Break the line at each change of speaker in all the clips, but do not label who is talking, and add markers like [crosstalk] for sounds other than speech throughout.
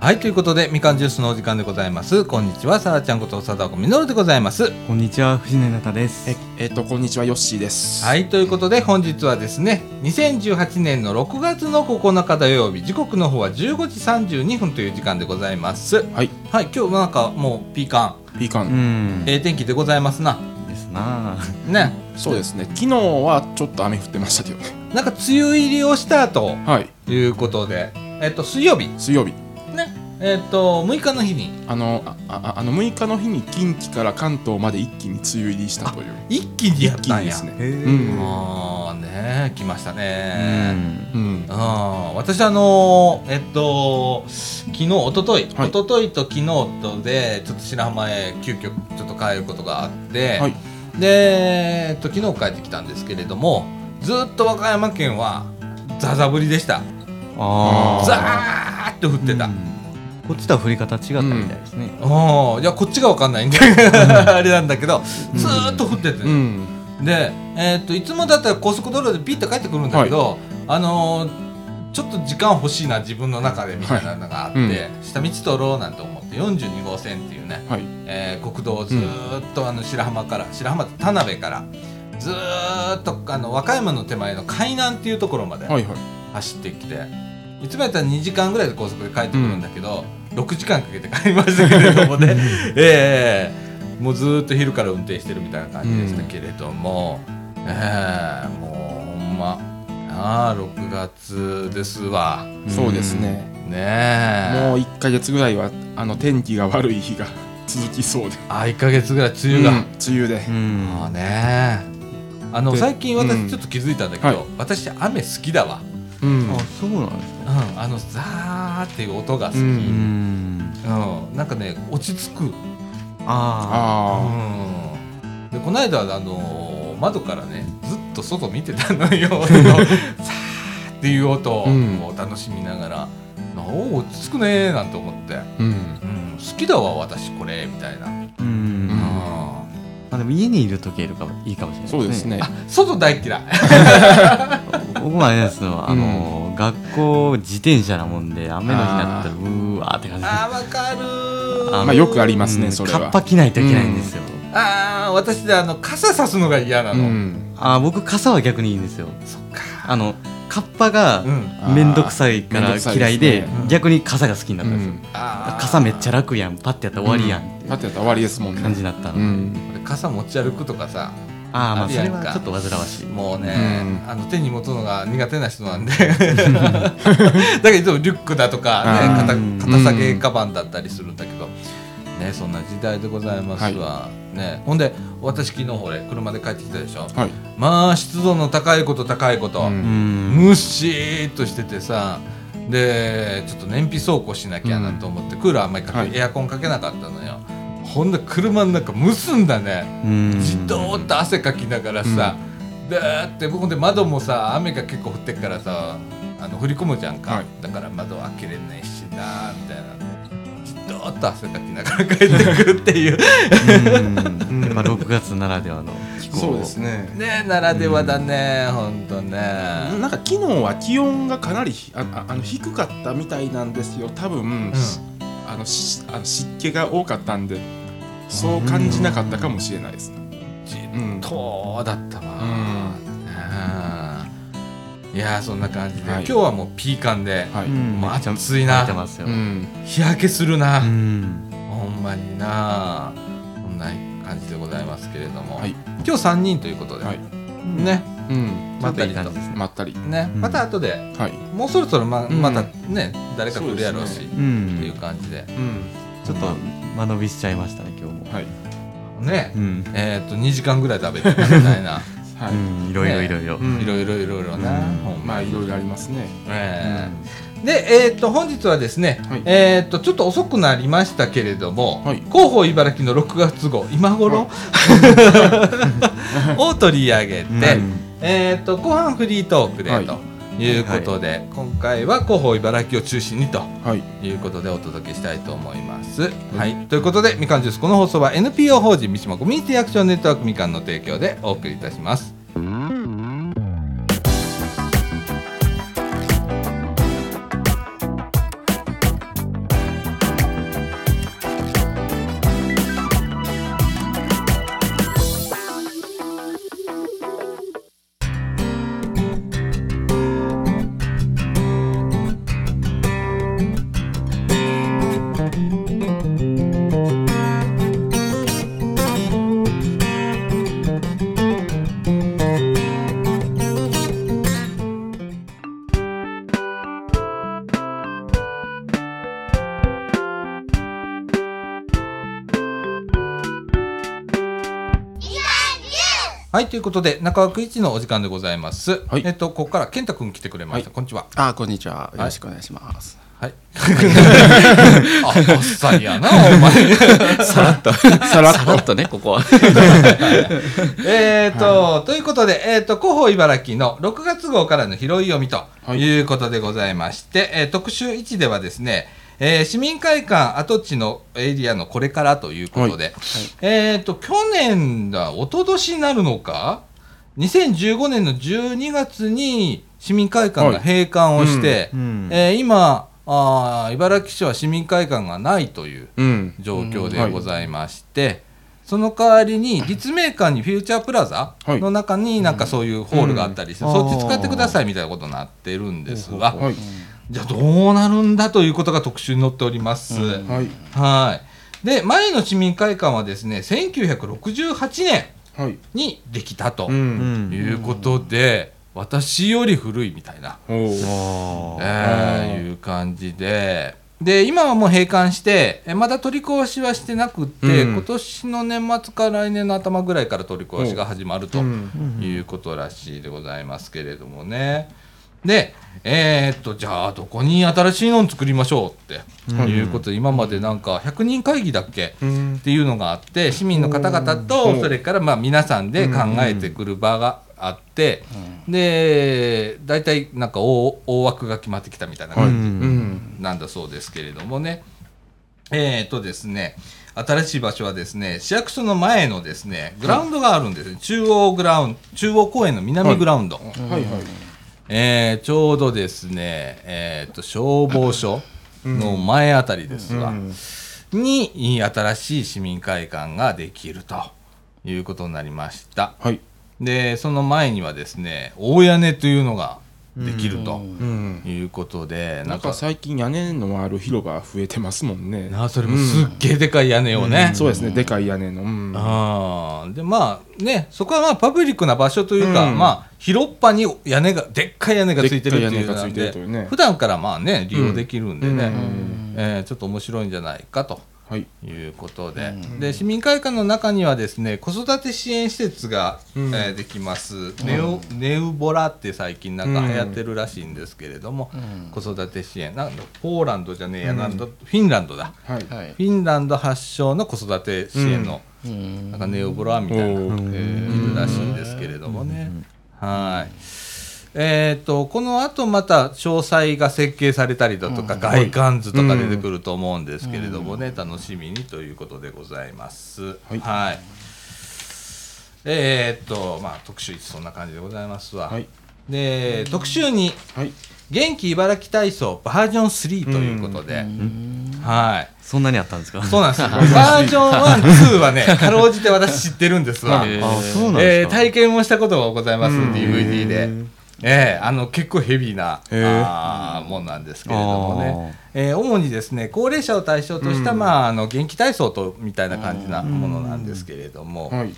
はいということでみかんジュースのお時間でございますこんにちはさらちゃんこと貞子みのるでございます
こんにちは藤根奈太です
ええっとこんにちはヨッシーです。
はいということで本日はですね2018年の6月の9日土曜日時刻の方は15時32分という時間でございます
はい。
はい今日なんかもうピーカ
ピーカ
う
ン。
ン
ん
ええ天気でございますな
ですなあ
ね
そうですね。昨日はちょっと雨降ってましたけどね。
なんか梅雨入りをしたと
はい。
いうことでえっと水曜日
水曜日。
ねえっと6日の日に
あのあああの6日の日に近畿から関東まで一気に梅雨入りしたという。
一気にやったんや
ですね。
へえ
うん
ああね来ました
う
ね
ん
うん。
あー私あのーえっと昨日一昨日、
はい
一昨日と昨日とでちょっと白浜へ急遽ちょっと帰ることがあって、
はい
で、えっと、昨日帰ってきたんですけれどもずっと和歌山県はザザ降りでした
あ
ー
あ
ザーッと降ってた、
こっちとは振り方違ったみたいですね
おーいやこっちが分かんないんで [laughs] あれなんだけどずーっと降ってて、
うん。
で、えー、といつもだったら高速道路でピッと帰ってくるんだけど、あのーちょっと時間欲しいな自分の中でみたいなのがあって、
はい
下道取ろうなんて思って42号線っていうね、
はい。
えー国道をずーっとあの白浜から白浜って田辺からずーっとあの和歌山の手前の海南っていうところまで
はいはい。
走ってきて、いつもやったら2時間ぐらいで高速で帰ってくるんだけど、6時間かけて帰りましたけれどもね [laughs] ええもうずーっと昼から運転してるみたいな感じでしたけれども、ええもうほんまああ6月ですわ
そうですね。
ねえ
もう1ヶ月ぐらいはあの天気が悪い日が [laughs] 続きそうで。
あ1か月ぐらい梅雨が、
うん梅雨で。
うん
まあねあの
で
最近
う
私
ん
ちょっと気づいたんだけど、
はい
私雨好きだわ、
うん
あそうなんです
うん、あのザーっていう音が好き、
う
うんん
うん、なんかね落ち着く
あ
あ
うんでこの間あのー窓からねずっと外見てたのよさーっていう音を
うん
こう楽しみながら「なお落ち着くね」なんて思って
あ。う
「
ん
う。ん、好きだわ私これ」みたいな、うん
あうん
うん
まあでも家にいる時はいるかもいいかもしれない
そうですね。
外大っ嫌い
僕もあれなんですよあの学校自転車なもんで雨の日になったらうーわーって感じ
あーわかるー
あ
まあよくあります
う
ね
ん
それ
カ
は
ッ。パ着ないといけないんですよ
あー私であの傘さすのが嫌な
う
の、
ん。
あー僕傘は逆にいいんですよ
そっか
あのカッパが
うん
あー
面倒くさいか
面倒
ら
くさい
嫌いで
です
ねうん
逆に傘が好きにな
う
ったんですよ
ん。
あー
傘めっちゃ楽やんパッてやったら終わりやん
立ってたら終わりですもんね。
感じになったの、
うん。
俺傘持ち歩くとかさ
ああま
あ
あ
る
そ
やん
れ
か
はちょっと煩わしい
もうね、
う
あの手に持つのが苦手な人
[laughs]
なんでだからいつもリュックだとか、
あ
ね
ー、
肩肩下げカバンだったりするんだけど、ね、そんな時代でございますわ、ね、ほんで私昨日俺車で帰ってきたでしょ
はい。
まあ湿度の高いこと高いこと、
う
うんん
むしーっとしててさでちょっと燃費走行しなきゃなと思って、クーラーあんまりかけ、
はい
エアコンかけなかったのよほんで車の中むすんだね
うん
じとーっと汗かきながらさ、だーって僕で窓もさ雨が結構降ってっからさあの降り込むじゃんか、
はい
だから窓開けれないしなーみたいなじとーっと汗かきながら帰ってくるって
[laughs]
いう
うんやっぱ6月ならではの気候
そうですね。
ねえならではだねほんとね
なんか昨日は気温がかなりひあああの低かったみたいなんですよ多分、しあのしあの湿気が多かったんでそう感じなかったかもしれないですね
じっ
うん
とーだったわ、
うん
うんいやーそんな感じで、
はい
今日はもうピーカンで、
はい、
うん
もう
めっちゃ
暑いな
見てますよ、
うん
日焼けするな、
うん
ほんまになあこんな感じでございますけれども、
はい
今日3人ということで、
はい
ね
うん
ま
ま
た
た
い
い
い
い
感
感
じで
じですね
まったり
ね、
うん
また後で
はい、
もうそろそろま
うん
またね、誰か来るやろうし
そうで
う
っていうん感じで
うん
ちょっと間延びしちゃいましたね今日も、
はい
ね、
うん
えーっと2時間ぐらい食べてみたいな
は
う
い、
んいろいろいろいろ、
うん
いろいろいろいろな、
うん
ほん
ま
ま
あ
に
いろいろありますね
えーで、えーっと本日はですね、
はい
えーっとちょっと遅くなりましたけれども、
はい
広報茨城の6月号今頃、 [laughs] を取り上げて、
うん
えー、と後半フリートークで、
はい
ということで、今回は広報茨城を中心にと
はい
いうことでお届けしたいと思います。はい、ということでみかんジュースこの放送は NPO 法人三島コミュニティアクションネットワークみかんの提供でお送りいたします。はいということで中枠一のお時間でございます、
はい
えっとここから健太くん来てくれました、こんにちは
あこんにちはよろしくお願いします、
はい [laughs] ああっさりやなお前
さらっとさらっとねここは
えーと、ということで、えー、と広報茨城の6月号からの拾い読みということでございまして、えー特集1ではですね、えー市民会館跡地のエリアのこれからということで、えー、と去年だ一昨年になるのか2015年の12月に市民会館が閉館をして、
うん
えー今あー茨城市は市民会館がないという
うん
状況でございまして、その代わりに立命館にフューチャープラザ
はい
の中になんかそういうホールがあったりして、
うん
そっち使ってくださいみたいなことになってるんですが、
はい
じゃあどうなるんだということが特集に載っております。
うん
はい
はいで前の市民会館はですね1968年
はい
にできたと
ん
いうことで、私より古いみたいな。
おお
おー
えーいう感じで。で今はもう閉館してえまだ取り壊しはしてなくって、
うん
今年の年末か来年の頭ぐらいから取り壊しが始まると
うん
いうことらしいでございますけれどもね。でえーっとじゃあどこに新しいのを作りましょうっていうことで、今までなんか100人会議だっけ、
うん
っていうのがあって市民の方々と
うん
それからまあ皆さんで考えてくる場があって、で大体なんか大大枠が決まってきたみたいな
はい
感
うん
じなんだそうですけれどもね、えっ、とですね新しい場所はですね市役所の前のですねグラウンドがあるんですね、中央グラウン中央公園の南グラウンド、
はいはい
えーちょうどですね、えー、と消防署の前あたりですが、に新しい市民会館ができるということになりました
はい
でその前にはですね大屋根というのができると
うん
いうことで、
な
なんん
か
か
最近屋根のある広場増えてますもんね。
なそれもすっげえでかい屋根をね、
そうですね、でかい屋根の。うん
あーでまあねそこはまあパブリックな場所というか、
うん
まあ広っ端に屋根がでっかい屋根がついてるって
でっか
いう
い屋根
の
が
な
つい
ん
てる
で、
というね
普段からまあね利用できるんでね、
うん
えーちょっと面白いんじゃないかと
はい。
いうことで,、で市民会館の中にはですね子育て支援施設が、
うん
えーできますネウ,、ネウボラって最近なんか流行ってるらしいんですけれども、子育て支援なんだポーランドじゃねえや、なんだフィンランドだ。
はい。
はい
フィンランド発祥の子育て支援の、
うん
なんかネオブラみたいな、
おー
えーいるらしいんですけれどもね。はいえー、とこのあとまた詳細が設計されたりだとか、外観図とか出てくると思うんですけれどもね、楽しみにということでございます。
はい
えー、とまあ特集1そんな感じでございますわ。
はい。
で特集2
はい。
元気茨城体操バージョン3ということで、はい
そんなにあったんですか
そうなんですよ。バージョン1、2はね、かろうじて私知ってるんですわ。
あそうなん
え
で
ー
すか、
体験もしたことがございます、DVD で。えーあの結構ヘビーな
へー
あーもんなんですけれどもね、えー主にですね高齢者を対象とした、まあ、あの元気体操とみたいな感じなものなんですけれども、
はい。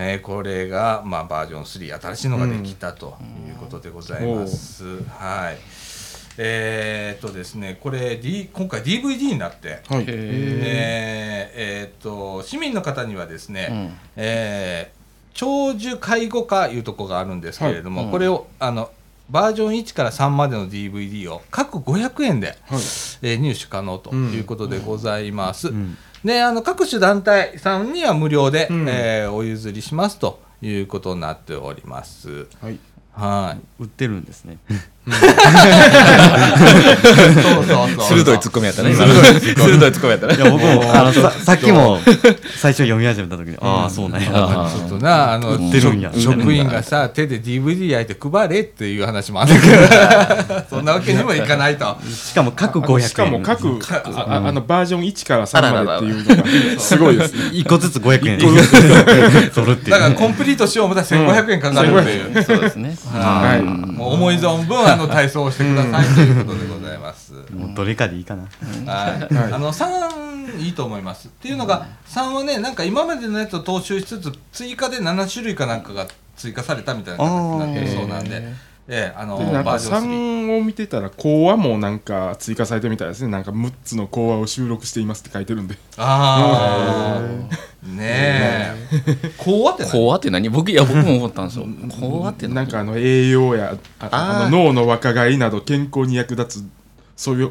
えーこれが、まあ、バージョン3新しいのができたということでございます。はいえーっとですねこれ、D、今回 DVD になって、
はい。
えーえーっと市民の方にはですね、
うん
えー長寿介護課いうとこがあるんですけれども、これをあのバージョン1から3までの DVD を各500円で、
はい。
えー入手可能ということでございます。
ん
であの各種団体さんには無料で、
うん
えーお譲りしますということになっております。
はい。
[laughs]
はい
売ってるんですね
そうそうそう
鋭い突っ込みやったね、今。
鋭い
鋭い突っ込みやったね
い。や僕も [laughs] あのささっきも最初読み始めた時にああそうなんや
ちょっとなあの
売ってるんや
職職員がさ手で DVD 焼いて配れっていう話もあるけどそんなわけにもいかないと
しかも各500円
しかも各、あああの、バージョン1から3までっていうのが、すごいですね。
一個ずつ500円
個
[laughs]
ず
取るってい
だから
う
コンプリートしようもたら1500円かかるっていう、
そうですね
はい。
もう思い存分あの体操をしてくださいということでございます。
もうどれかでいいかな
はい、
はい
あの3いいと思いますっていうのが3はねなんか今までのやつを踏襲しつつ追加で7種類かなんかが追加されたみたいな形になってるそうなんでええあの
でなんか
バージョン3
3を見てたら講話もなんか追加されてみたいですねなんか6つの講話を収録していますって書いてるんで
ああねえこうあってない
怖って何僕いや僕も思ったんですよ怖って
な
何
んかあの栄養やあ
あー
あの脳の若返りなど健康に役立つそういう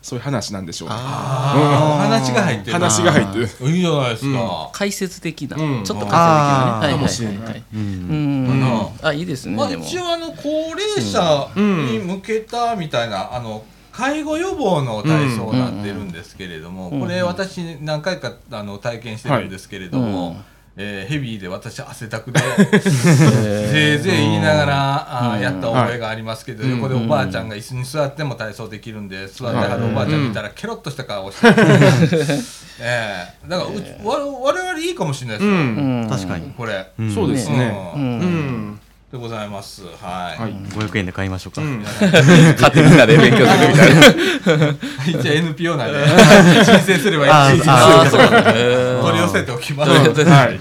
そういう話なんでしょうね
ああ話が入ってる
話が入ってる
いいじゃないですか、
解説的な、
うん
ちょっと
あ
ー
解説的なねはいはいはいはいうん
うん
あいいですね
まあ、
でも
一応あの高齢者に向けたみたいな、あの介護予防の体操をやってるんですけれども、
ん
これ私何回かあの体験してるんですけれども、
はいうん
えーヘビーで私汗だ
[laughs]
くで [laughs] ぜいぜい言いながら、あーやった覚えがありますけど、
はい
横でおばあちゃんが椅子に座っても体操できるんで座ってはるおばあちゃん見たらケロッとした顔をして、
[laughs]
えーだからうち、わ我々いいかもしれないです
う
よ、
ん、
うん
確かに。
これ、
ん
そうです
ね
ね
う
うんん、
でございますはい、
はい、
500円で買いましょうか。
うん
勝手にみんなで勉強するみたいな
[laughs] 一応 NPO なんで申請すればいいし
あーあーそうなんだ
取り寄せておきます。
うん
は
はい
い。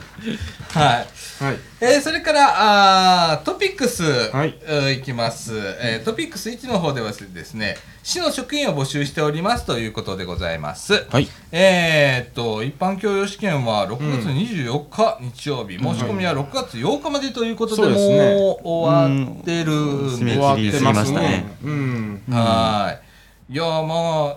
はい
えーそれからあートピックス、
はい
うんいきます、えートピックス1の方ではですね市の職員を募集しておりますということでございます、
はい
えーっと一般教養試験は6月24日日曜日、申し込みは6月8日までということで、
そうですね
もう終わってるん
う
で
ん締
す
め
よ
切り過ぎましたね
うん
はーい。いやーまあ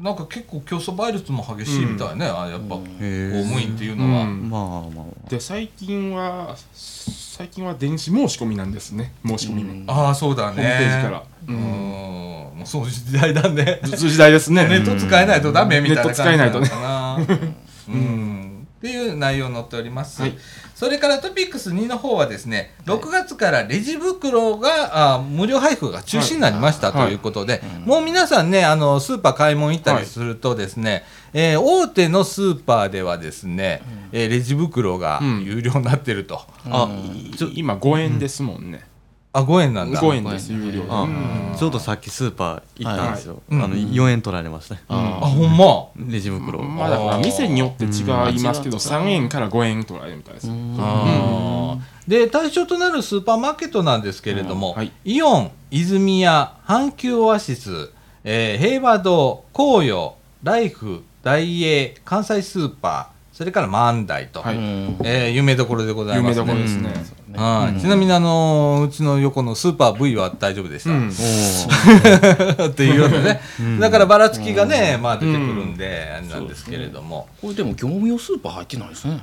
なんか結構競争倍率も激しいみたいね、あやっぱ公務員っていうのは、
うん
まあまあ。
で最近は最近は電子申し込みなんですね申し込みも、
ああそうだね
ホームページから
うーんもうそういう時代だ
[laughs]
ね
ず時代ですね
[laughs] ネット使えないとダメみたいな感じなのかな、う
ないとね
ん、っていう内容載っております、
はい
それからトピックス2の方はですね6月からレジ袋があ無料配布が中止になりました
はい
ということで、もう皆さんねあのスーパー買い物行ったりするとですね、えー大手のスーパーではですね、えーレジ袋が
うん
有料になってると、
あ、
ちょ今5円ですもんね、
あ5円なんだ
5円です有料で
あ
うん
ちょうどさっきスーパー行ったんですよ。あ
はい
の、
うん
4円取られましたね。
あほんま
レジ袋。
まあだから店によって違いますけど
うん
3円から5円取られるみたいです、
あーで対象となるスーパーマーケットなんですけれども、
うんはい
イオン、泉屋、阪急オアシス、えー平和堂、紅葉、ライフ、大英、関西スーパー、それから万代と、
はい
うん
えー有名どころでござい
有
ま
名
す
どころ
ね。
ですね、
はいちなみに、あのーうちの横のスーパー V は大丈夫でした、
うん
っていうようなね、だからばらつきがね、まあ、出てくるんで、あれなんですけれども、
これでも業務用スーパー入ってないですね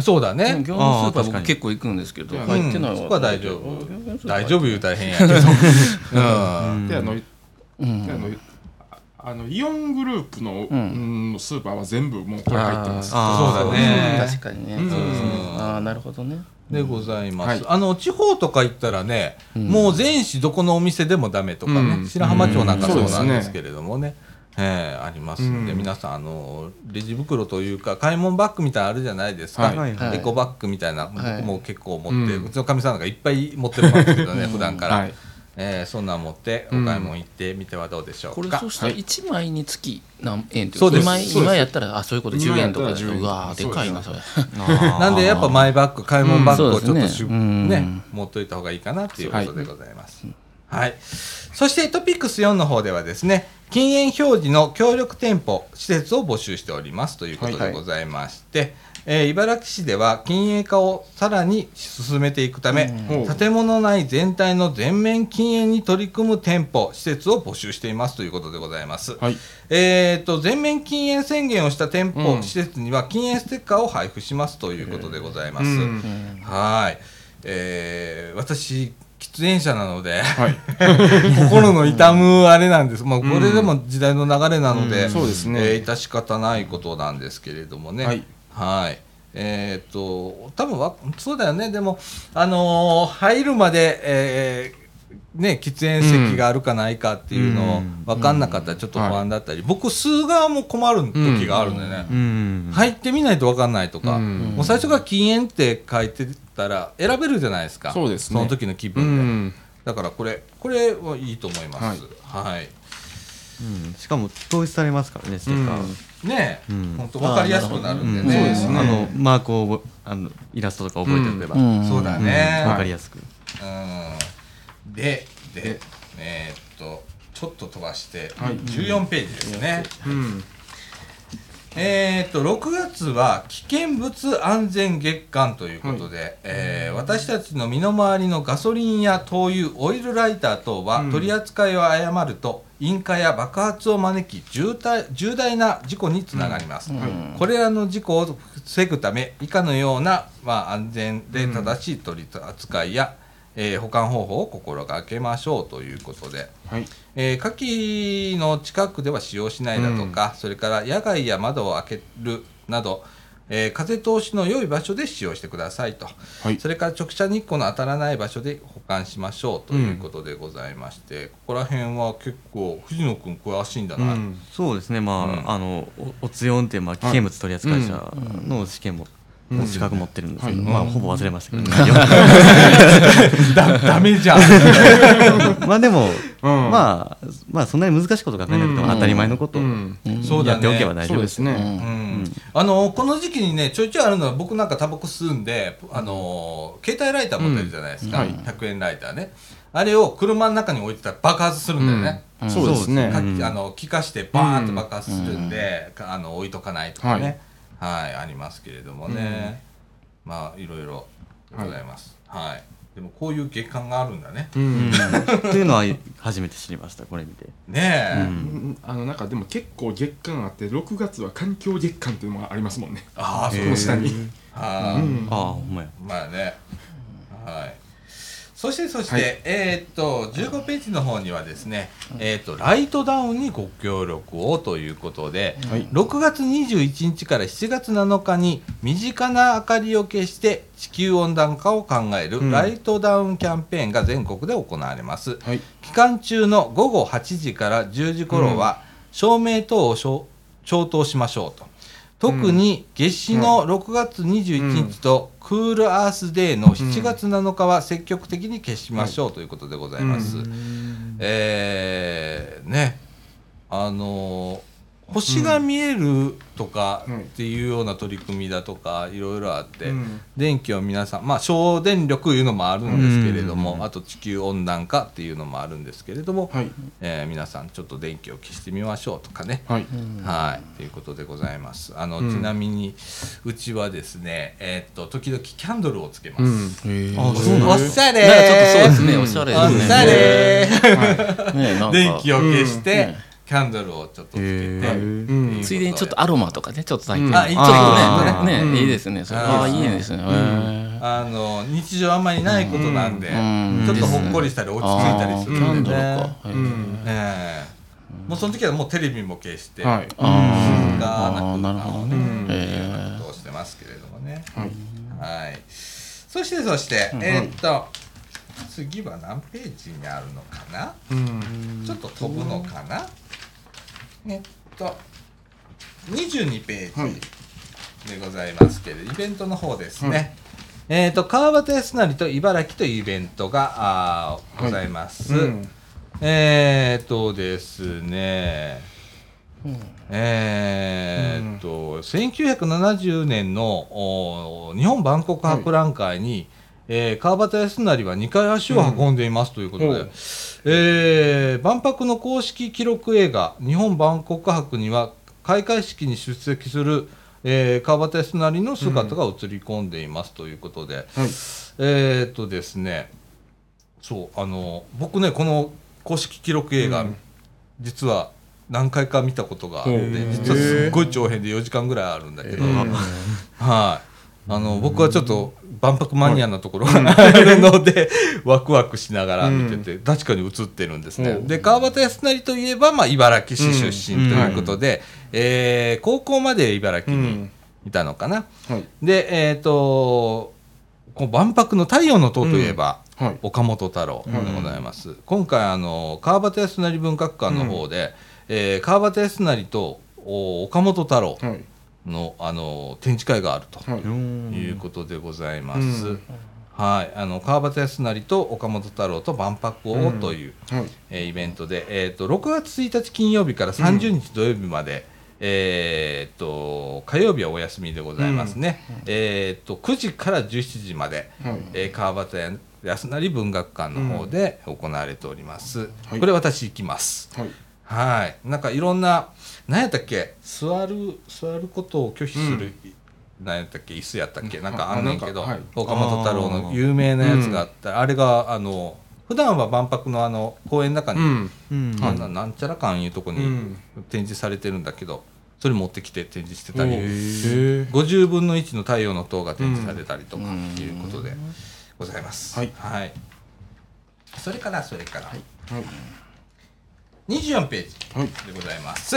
そうだね、
業務用スーパ
あー確
ー
か
僕
に
結構行くんですけど
うん
入ってない
うん
わ
そこは大丈夫大丈夫言うたら変やけ
[laughs]
ど、うん
であので
うん
あのあのイオングループの、
ん
うんスーパーは全部もうこれ入ってます
あー
そうだね
うん確かにね
ん
そうですねああなるほどね
でございます、
はい
あの地方とか行ったらね、もう全市どこのお店でもダメとかね、
うん
白浜町なんか
うん
そうな
そうんですね
ですけれどもね、えーありますんで、
うん
皆さんあのレジ袋というか買い物バッグみたいなのあるじゃないですか、
はい
はいはい
エコバッグみたいな、僕も結構持って、
うん
うちのかみさんなんかいっぱい持ってるんですけどね、普段から、
はい
えーそんなん持ってお買い物行ってみてはどうでしょうか。
これそうしたら1枚につき何円ってい
そうです
2
そ
枚
うです
今やったらあそういうこと10円とかで
今やったら10円
うわーでかいなそれ
なんでやっぱマイバッグ買い物バッグ
う
を
ん
ちょっとし、
そうですね
ね
うん
持っといた方がいいかなっていうことでございます。はい、そしてトピックス4の方ではですね禁煙表示の協力店舗施設を募集しておりますということ
は
で
いはい
ございまして、えー茨城市では禁煙化をさらに進めていくため、
うん
建物内全体の全面禁煙に取り組む店舗施設を募集していますということでございます。
はい
えー、と全面禁煙宣言をした店舗、
うん
施設には禁煙ステッカーを配布しますということでございます。
うん
はい、えー私喫煙者なので
はい
[laughs] 心の痛むあれなんです、まあ、これでも時代の流れなので、
うんそうですね
えー致し方ないことなんですけれどもね。
はい
はいえー、と多分わそうだよね、でも、あのー入るまで、えーね、喫煙席があるかないかっていうのを
うん
分かんなかったらちょっと不安だったり、僕、吸う側も困る時があるんでね、
うん。
入ってみないと分かんないとか、
うん
もう最初から禁煙って書いてたら選べるじゃないですか
そうですね
の時の気
う
分で、
ん
だからこれこれはいいと思いますはい、
うんしかも統一されますからね、ステッカーは
うん
ねえ、
うん
ほんと分かりやすくなるんで
ん
ね、
そうですね
あのマークを覚えあのイラストとか覚えておけば、
うん
そうだね、
わかりやすく、
うんでで
で
えーっとちょっと飛ばして、
はい
14ページですね、
うん
えーっと6月は危険物安全月間ということで、えー私たちの身の回りのガソリンや灯油オイルライター等は
うん
取り扱いを誤ると引火や爆発を招き重大重大な事故につながります、
うん
これらの事故を防ぐため以下のような、まあ、安全で正しい取り扱いや、えー保管方法を心がけましょうということで、
はい
えー、火器の近くでは使用しないだとか、それから野外や窓を開けるなど、えー風通しの良い場所で使用してくださいと、
はい
それから直射日光の当たらない場所で保管しましょうということでございまして、ここら辺は結構藤野君詳しいんだ
う
な、
ん
そうですねまあ、
うん
あのおお強音っていう、まあ、危険物取扱者の試験も、の資格持ってるんですけど、
うん
まあほぼ忘れましたけど、
[laughs] だダメじゃん
[laughs] まあでも、
うん
まあまあそんなに難しいこと考えなくても
うん
当たり前のことを
うん
そうだ
やっ
ね
ておけば大丈
そ
夫
うで
です
すね、
う
うん
んあのこの時期にねちょいちょいあるのは僕なんかタバコ吸うんで、あの携帯ライター持ってるじゃないですか、
うんはい
100円ライターねあれを車の中に置いてたら爆発するんだよね、
うん
そうですね
か
うん
あの気化してバーンと爆発するんで、かあの置いとかないとかね、はいありますけれどもね、まあいろいろございます、はいでもこういう月間があるんだね
うん
というのは初めて知りましたこれ見て、
ねえ、
うん
あのなんかでも結構月間あって6月は環境月間っていうのもありますもんね
ああ
こ
そう
の下に、
あ
う
ー、
ん
ああほんまや
まあね。はい。そしてそして、
はい
えーっと15ページの方にはですね、えーっとライトダウンにご協力をということで、
はい
6月21日から7月7日に身近な明かりを消して地球温暖化を考え
う
る
ん
ライトダウンキャンペーンが全国で行われます。
はい
期間中の午後8時から10時頃は照明等を消消灯しましょうと特に夏至の6月21日とクールアースデーの7月7日は積極的に消しましょうということでございます。えーねあのー星が見えるとかっていうような取り組みだとかいろいろあって、
うん
電気を皆さん、まあ、省電力いうのもあるんですけれども、あと地球温暖化っていうのもあるんですけれども、
はい
えー皆さんちょっと電気を消してみましょうとかね。
はい
はいということでございますあの、
うん
ちなみにうちはですね、えーっと時々キャンドルをつけます。
うん
あそう
おっされ
なんかちょっとそうですね、
うん
おしゃれ
おっ
です
さ
ね。
れ
ねなんか
電気を消して、
うん
キャンドルをちょっとつけて、
へー
うん
ついでにちょっとアロマとかね、ちょっと最
う
近。
ん
あ、いいちょっとね、
あー
ね
うん
ね、いいですね。それ
あー
あー、いいですね。へー
あの日常あんまりないことなんで、
うん
ちょっとほっこりしたり落ち着いたりする
キャ
ん
ン
で
ドル
ね、
か。
う
はい
ん
ええもうその時はもうテレビも消して、
はい
あー
がなく
あーなるほどね
あの
うん
へー
どうしてますけれどもね、
はい
はいそしてそして、えーっと次は何ページにあるのかな、
うん
ちょっと飛ぶのかな、えっと22ペー
はい
ジでございますけれど、イベントの方ですね、えっと川端康成と茨城というイベントがあーございます、
うん
えっとですねえーっと、1970年のおー日本万国博覧会に、えー川端康成は2回足を運んでいますということで、
うんほう
えー万博の公式記録映画「日本万国博」には開会式に出席する、えー川端康成の姿が映り込んでいますということで、
はい
えーっとですねそうあの僕ねこの公式記録映画、
うん
実は何回か見たことがあって
へー
実はすっごい長編で4時間ぐらいあるんだけど、
うん
はいあの僕はちょっと万博マニアなところがあるので、 [laughs] ワクワクしながら見てて、確かに映ってるんですね。
うん
で川端康成といえば、まあ、茨城市出身ということで、えー高校まで茨城にいたのかな。
はい
で、えー、とこう万博の「太陽の塔」といえば、
はい
岡本太郎でございます、今回あの川端康成文学館の方で、えー川端康成とお岡本太郎
はい
の,、あの展示会があると
はい
いうことでございます、
うん
はい、あの川端康成と岡本太郎と万博をという、
はい
えーイベントで、えー、と6月1日金曜日から30日土曜日まで、えー、と火曜日はお休みでございますね、えー、と9時から17時まで、
はい
えー川端安成文学館の方で行われております、
はい
これ私行きます
はい
はいなんかいろんな何やったっけ座る座ることを拒否する、なん、やったっけ椅子やったっけ、なんかあんねんけど、
あなんかはい
岡本太郎の有名なやつがあったあれがあの普段は万博のあの公園の中に、
うん
うん
あんななんちゃら館いうとこ
う
に
ん
展示されてるんだけど、それ持ってきて展示してたり
へー
50分の1の太陽の塔が展示されたりとかっていうことでございます。
はい
それからそれから、
はい
24ページ
はい
でございます。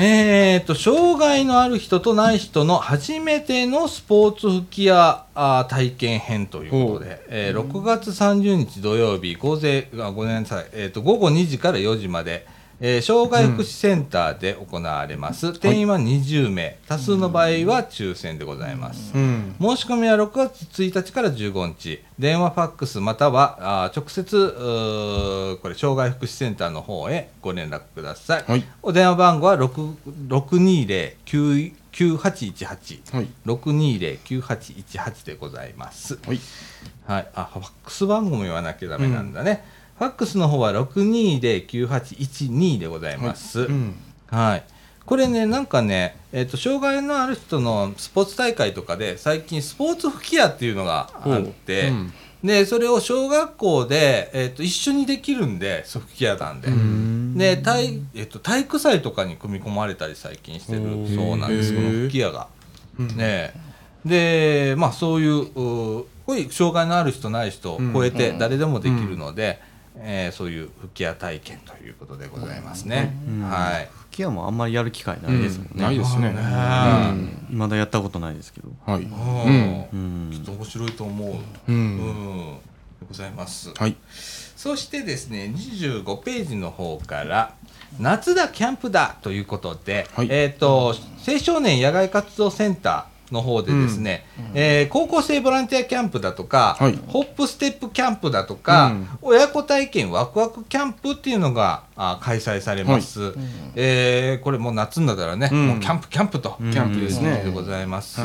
えー、と障害のある人とない人の初めてのスポーツ吹き矢あー体験編ということで、えー6月30日土曜日午前あごめんなさい、えー、と午後2時から4時まで、えー障害福祉センターで行われます、定員は20名多数の場合は抽選でございます、
うん
申し込みは6月1日から15日、電話、ファックス、またはあー直接うーこれ障害福祉センターの方へご連絡ください。
はい
お電話番号は6 620-9818、
はい
620-9818でございます。
はい
はい、あファックス番号も言わなきゃだめなんだね。ファックスの方は620-9812でございます。
うん
はい、これね、なんかね、えっと障害のある人のスポーツ大会とかで最近、スポーツ吹き矢っていうのがあって、
うん
でそれを小学校で、えっと一緒にできるんで、吹き矢なんで。で体えっと、体育祭とかに組み込まれたり最近してるそうなんです、この吹き矢が。ねえでまあそういううこういう障害のある人ない人を超えて誰でもできるので、えーそういう吹き矢体験ということでございますね。はい
吹き矢もあんまりやる機会ないですもんね、
ないですね
ね
うん
まだやったことないですけど
はい
うん
うん
きっと面白いと思う。
う
うんん、ございます。
はい
そしてですね、25ページの方から。夏だキャンプだということで、
はい
えっ、と青少年野外活動センターの方でですね、えー高校生ボランティアキャンプだとか、
はい
ホップステップキャンプだとか、親子体験ワクワクキャンプっていうのがあ開催されます、えーこれもう夏になったらね、
うん
もうキャンプキャンプと、
キャンプですね
でございます。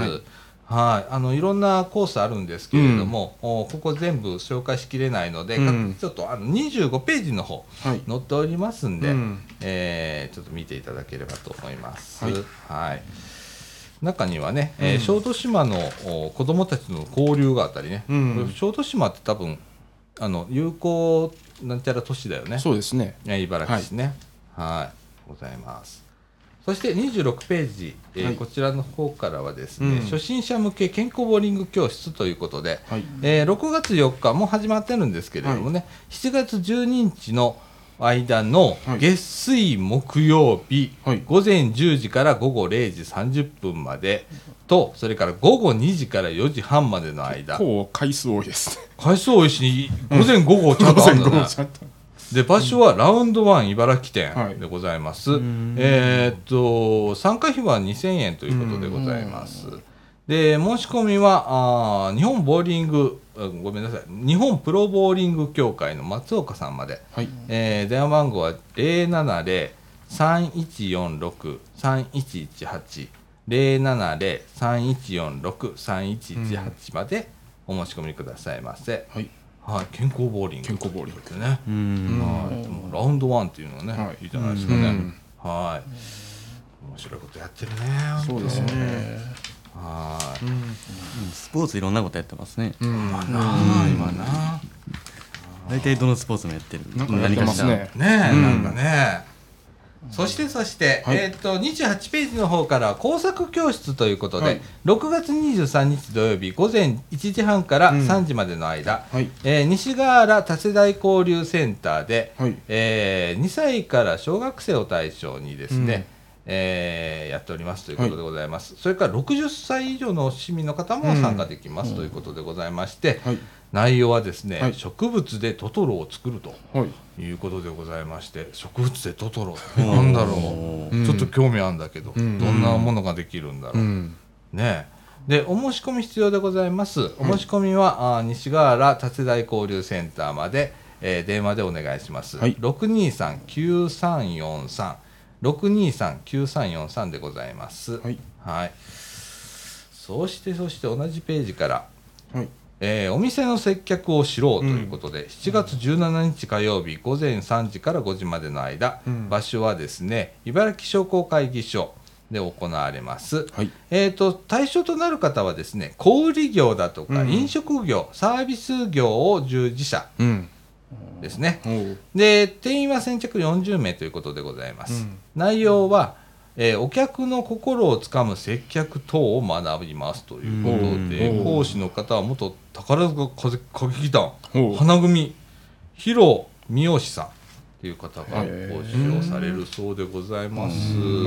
は
はいい、
あのいろんなコースあるんですけれども、おここ全部紹介しきれないので、
うん
かちょっとあの25ページの方
はい
載っておりますんで、
うん
えーちょっと見ていただければと思います。は
はいい。
中にはね、えー小豆島のお子どもたちの交流があったりね、
うん
これ小豆島って多分あの友好なんちゃら都市だよね。
そうですね
ね、茨城市ね。はい、ございます。そして26ページ、えー
はい
こちらの方からはですね、
うん
初心者向け健康ボーリング教室ということで、
はい
えー6月4日もう始まってるんですけれどもね、7月12日の間の
はい
月水木曜日、
はい
午前10時から午後0時30分までとそれから午後2時から4時半までの間
こう回数多いですね
回数多いし午前午後ちゃ
[laughs]
んとあるんだね、
ちゃんと
で場所はラウンドワン茨城
はい
店でございます、えーっと参加費は2000円ということでございますで申し込みはあー日本ボーリングあごめんなさい日本プロボーリング協会の松岡さんまで、
はい
えー電話番号は070-3146-3118 070-3146-3118までお申し込みくださいませ、
はい
はい、健康ボーリング
健康ボーリング
ですね
うん
はい、もうラウンドワンっていうのはね、
はい
い、いじゃないですかね。
うん
はい。面白いことやってるね。
そうですね
はい。
スポーツいろんなことやってますね
うん
まあな今な。
大体どのスポーツもやってる
なんかやってますね
ねえ、
うん
なんかね。そしてそして、
はい
えーっと28ページの方からは工作教室ということで、
はい
6月23日土曜日午前1時半から
うん
3時までの間、
はい
えー西河原多世代交流センターで、
はい
えー2歳から小学生を対象にですね、
うん
えーやっておりますということでございます、それから60歳以上の市民の方も参加できますということでございまして、
はい
内容はですね、
はい
植物でトトロを作ると
はい
いうことでございまして植物でトトロってなんだろう、
うん
ちょっと興味あるんだけど、
うん
どんなものができるんだろう、
うん
ねえでお申し込み必要でございますお申し込みは、あー西河原多世代交流センターまで、えー電話でお願いします、
はい
6239343 6239343でございます
はい
はい、そしてそして同じページから
はい
ええーお店の接客を知ろうということで、7月17日火曜日午前3時から5時までの間、
うん
場所はですね茨城商工会議所で行われます、
はい
えー、と対象となる方はですね小売業だとか
うん
飲食業、サービス業を従事者
うん
ですね
おう
で定員は先着40名ということでございます、内容は、えーお客の心をつかむ接客等を学びますということで、
うん
講師の方は元宝塚歌劇団
おう
花組広三好さんという方が
へ
講
ー
師をされるそうでございます、
おう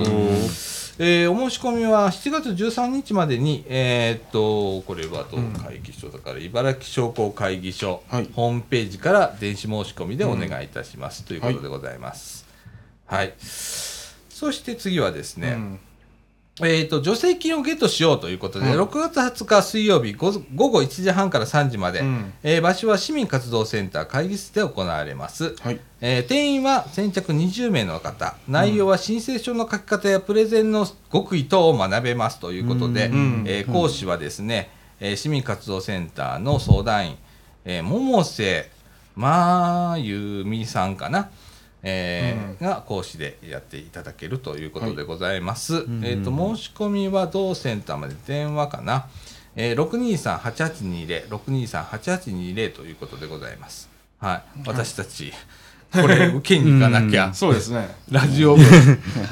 えーお申し込みは7月13日までに、えーっとこれはどう会議所だから、茨城商工会議所、
はい
ホームページから電子申し込みでお願いいたします、ということでございます。はい、そして次はですね、
うん
えー、と助成金をゲットしようということで、
うん
6月20日水曜日午午後1時半から3時まで、
うん
えー場所は市民活動センター会議室で行われます、
はい
えー定員は先着20名の方内容は申請書の書き方やプレゼンの極意等を学べますということで、
うんうん
えー講師はですね、えー市民活動センターの相談員、えー百瀬真由美さんかな、えーが講師でやっていただけるということでございます、えー、と申し込みは同センターまで電話かな、えー、623-8820 623-8820ということでございますはい私たちこれ受けに行かなきゃ、
そうですね
ラジ [laughs] オ部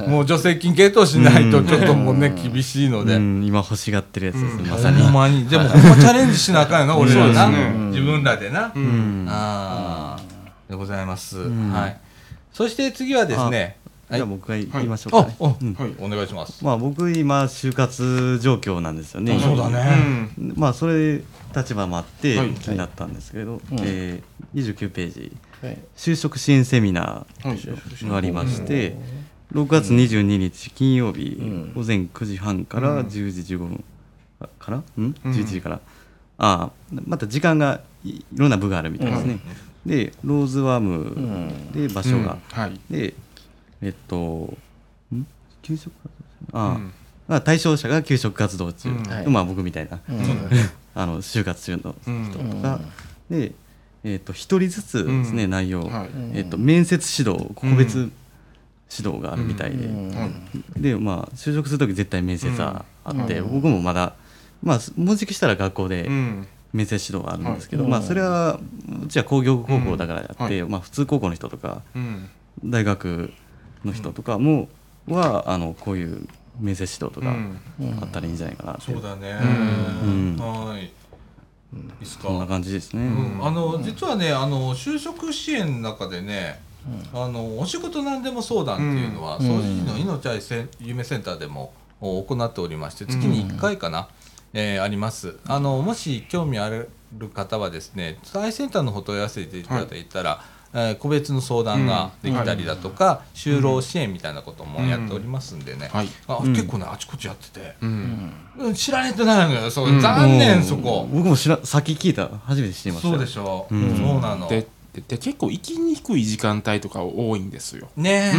もう助成金系統しないとちょっともうね厳しいので、
うん、今欲しがってるやつです、ま
ほ
さに
んま [laughs] にでもほんまチャレンジしなあかんよな俺らな、
そうですね
自分らでな、
うん
あーでございます、
ん
はいそして次はですねは
じ
い
ゃあ僕が言いましょうか、
あ
ね
お、
うん
はい
お願いします
まあ僕今就活状況なんですよね
あそうだ
う
ね、
ん
まあそれ立場もあって
はい
気になったんですけど、
うん
えー、29ページ
はい
就職支援セミナ
はい
ーがありまして6月22日金曜日
ん
午前9時半から10時15分あからうん11時からああまた時間がいいろんな部があるみたいですねでローズワームで場所が
うんはい
でえっとん給食活動ああ
うん
まあ対象者が給食活動中
うん
はい
まあ僕みたいな
うん
あの就活中の
うん
人とか、で、えー、と1人ずつですね、
うん
内容、
はい
えー、と面接指導個別指導があるみたいで、
うん
でまあ就職する時絶対面接はあって、
うん
僕もまだまあもうじきしたら学校で
うん
面接指導があるんですけど、
はい
まあそれはうちは工業高校だからやって、
うんはい
まあ、普通高校の人とか
うん
大学の人とかも、はあのこういう面接指導と
う
か
ん
あったらいいんじゃないかなって、
そうだね、
うん
はいいいっすか、
こんな感じですね。
うんあの実はねあの就職支援の中でね、あのお仕事なんでも相談っていうのは、
うん
総理の命愛せん夢センターでもお行っておりまして月に1回かな、えーありますあのもし興味ある方はですね愛センターの方問い合わせていただいたら、えー個別の相談ができたりだとか、就労支援みたいなこともやっておりますんでね、
はい
あ
ん
結構ねあちこちやってて、
うん
うん知られてないのよそう残念、そこ
僕も知ら先聞いた初めて知りました
そうでしょう、そうなの
ででで結構行きにくい時間帯とか多いんですよ
ね
う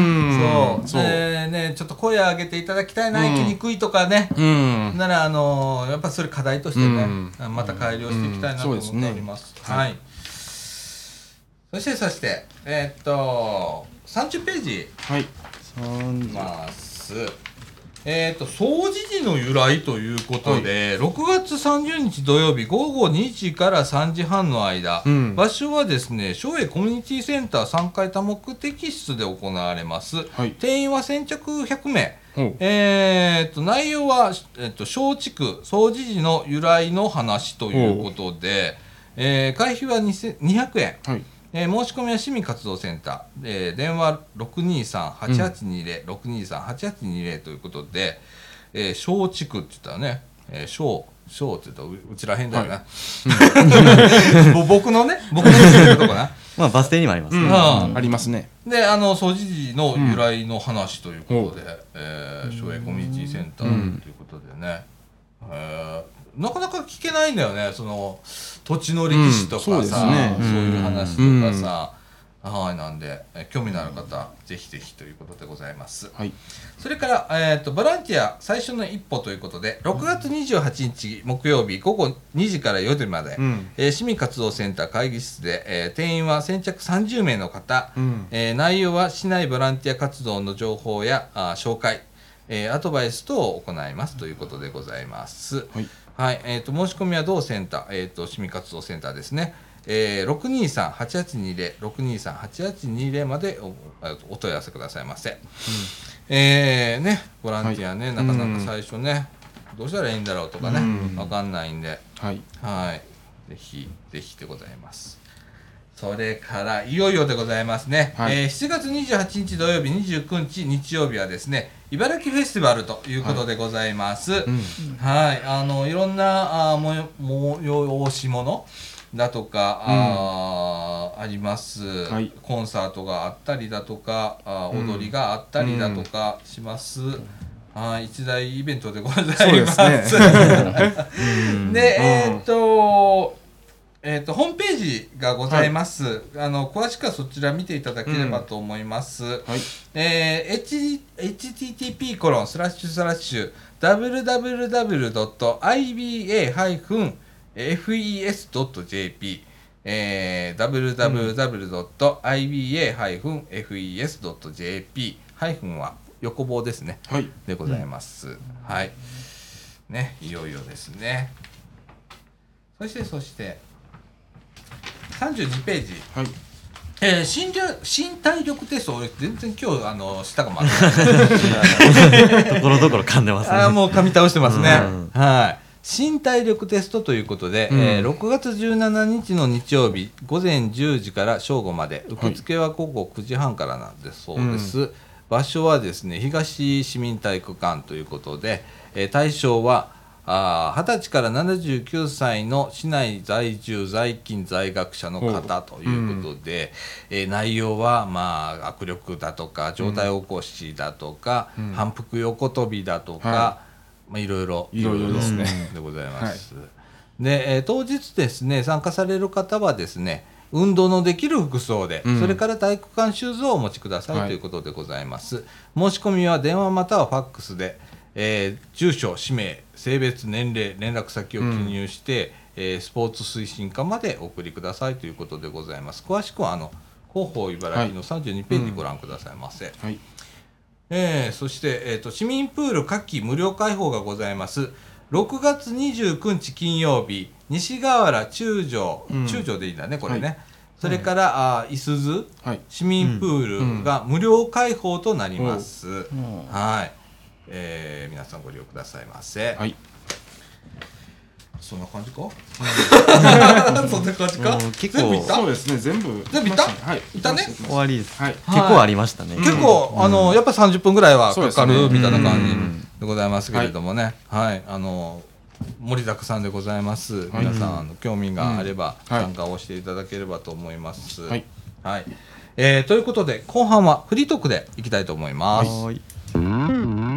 そ
ん
う
そう
えーねちょっと声上げていただきたいな、
うん
行きにくいとかね、
うん
ならあのーやっぱそれ課題としてね、
う
また改良していきたいなと
うん
思っております,、
そうですね
はい、そしてそしてえーっと30ページ
はい
いきますえー、と掃除時の由来ということで、6月30日土曜日午後2時から3時半の間、
うん
場所はですね松江コミュニティセンター3階多目的室で行われます、
はい
定員は先着100名
ほう
えー、と内容は、えー、と松竹掃除時の由来の話ということで、えー会費は2000 200円、
はい
えー申し込みは市民活動センター、えー電話623-8820、623-8820ということで、えー小地区って言ったらね、えー小、小って言ったらううちらへんだよな。 [laughs] ぼ僕のね、僕の住んでるとこな。
まあバス停にもありますね。
うん
ありますね
で、あの、掃除時の由来の話ということで、えー省営コミュニティセンターということでね、えーなかなか聞けないんだよね、その、土地の歴史と
う
か
んそうです
さ、
ね
そういう話とかさ、はいなんで、え興味のある方、ぜひぜひということでございます。
はい
それから、えー、とボランティア最初の一歩ということで6月28日木曜日午後2時から4時まで、
うん
えー市民活動センター会議室で、えー定員は先着30名の方、
うん
えー内容は市内ボランティア活動の情報やあー紹介、えーアドバイス等を行いますということでございます。
はい
はい、えっ、と申し込みは同センター、えっ、と市民活動センターですね。えー、六二三八八二零六二三八八二零までおあお問い合わせくださいませ。えーねボランティアね、
い
なかなか最初ね、どうしたらいいんだろうとかね、
うん
わかんないんで、
はい
はい、ぜひぜひでございます。それからいよいよでございますね。
はい
えー7月28日土曜日、29日日曜日はですね、茨城フェスティバルということでございます。はい、あのいろんなあーもよ催し物だとか、あーあります、
はい
コンサートがあったりだとか、あー踊りがあったりだとかします。はい、一大イベントでございます。
そうです
[laughs]
ね
で、
うん
えーっと、えーっと、ホームページがございます。あの、詳しくはそちら見ていただければと思います。
はい
えー H- http コロンスラッシュスラッシュ www.iba-fes.jp えー、www.iba-fes.jp ハイフンは横棒ですね。
はい
でございます。はい。ね、いよいよですね。そして、そして、32ページ。
はい
えー、新りゃ新体力テスト、俺、全然今日、あの、したかもあ
[laughs] ところどころ噛んでますね
あーもう噛み倒してますね。
うん
はい。新体力テストということで、えー6月17日の日曜日午前10時から正午まで受付は午後9時半からなんですそうです、場所はですね東市民体育館ということで、えー対象はあー20歳から79歳の市内在住在勤在学者の方ということで、えー内容は、まあ、握力だとか上体起こしだとか、反復横跳びだとか、
はい
まあ、いろいろ
いろいろですね
でございます。で、えー当日ですね参加される方はですね運動のできる服装で、
ん
それから体育館シューズをお持ちください、
はい
ということでございます。申し込みは電話またはファックスで、えー住所、氏名、性別、年齢、連絡先を記入して、えースポーツ推進課までお送りくださいということでございます。詳しくはあの広報茨城の32ページご覧くださいませ。
はい
えーそして、えー、と市民プール夏季無料開放がございます6月29日金曜日西河原中条、
うん
中条でいいんだねこれね、
は
それから、あーいすず
はい
市民プールが無料開放となります、
ん
はい、えー皆さんご利用くださいませ、
はい
そんな感じか [laughs] そんな感じか、
うん結構
全部いった
そうですね全部
全部いった
はい
いたね
終わりです、
はい
結構ありましたね
結構、あのやっぱ30分ぐらいは
そう
か
です
か
ね
るみたいな
う
感
ん
じでございますけれどもね、はい、あの盛りだくさんでございます。皆さん、あの興味があれば
うんはい
参加をしていただければと思います。
はい、
はい、えーということで後半はフリートークでいきたいと思います。
はーい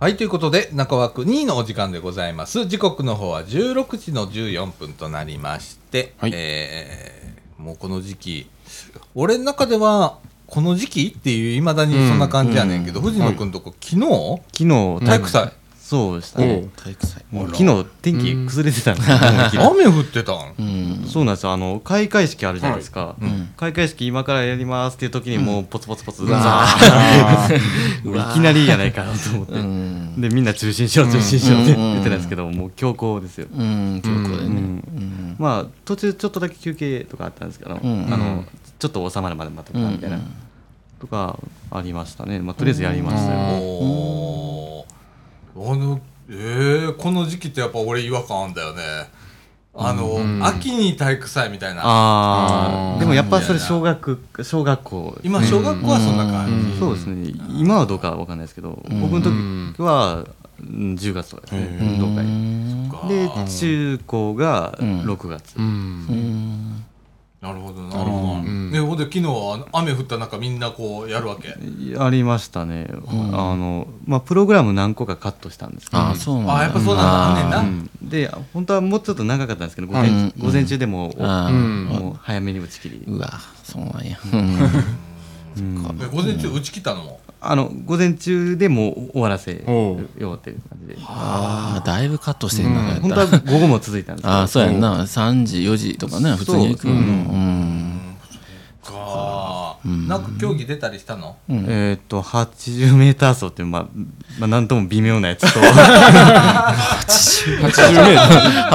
はい、ということで、中枠2位のお時間でございます。時刻の方は16時の14分となりまして、
はい
えーもうこの時期、俺の中では、この時期っていう、いまだにそんな感じやねんけど、藤野くんとこ、昨日
昨日
体育祭、
そうでしたね
おう
体育祭
もう昨日天気崩れてたんですよ、
雨降ってたん
うん
そうなんですよあの開会式あるじゃないですか、
いうん
開会式今からやりますっていう時にもうポツポツポツ、
うわ
ザ
あー
ー
うわ
いきなりやないかなと思って、
うん
でみんな中心しよう中心しようって
うんうんうん
言ってたんですけど、もう強行ですよ、
うんということで
う
ね
ん
うん
まあ途中ちょっとだけ休憩とかあったんですけど、
うん
あのちょっと収まるまで待とう
う
か
ん
みたいな、とかありましたね、まあ、とりあえずやりましたよ、
おーあのえー、この時期ってやっぱ俺違和感あんだよねあの、
うん
秋に体育祭みたいな
あ
あー
あでもやっぱそれ小学小学校
今小学校はそんな感じ、
うん
そうですね今はどうかわかんないですけど、
ん
僕の時はうん10月とかですね、
へ
運
ー
動会
うん
か
で中高が6月、
うん
うん
なるほどなるほど、
ん
ねほんで昨日は雨降った中みんなこうやるわけ、
ありましたね、あのまあプログラム何個かカットしたんですけど
あそうなんだ
あやっぱそうなんだあんねんな
うんで本当はもうちょっと長かったんですけど午前,、
うん
午前中でも,、
あ
う
ー
ん
もう早めに打ち切り、
うわそうなんやうん
うん
で午前中打ち切ったの
あの午前中でもう終わらせ
おう
ようっていう感じで
あーだいぶカットしてんな
うん
やった
本当
ら
は午後も続いたんですけど
ああそうやんな3時4時とかね普通に行くの
そう
うん
か、なんか競技出たりしたの
えーっと 80m 走っていう、まあまあ、なんとも微妙なやつ [laughs] と
80m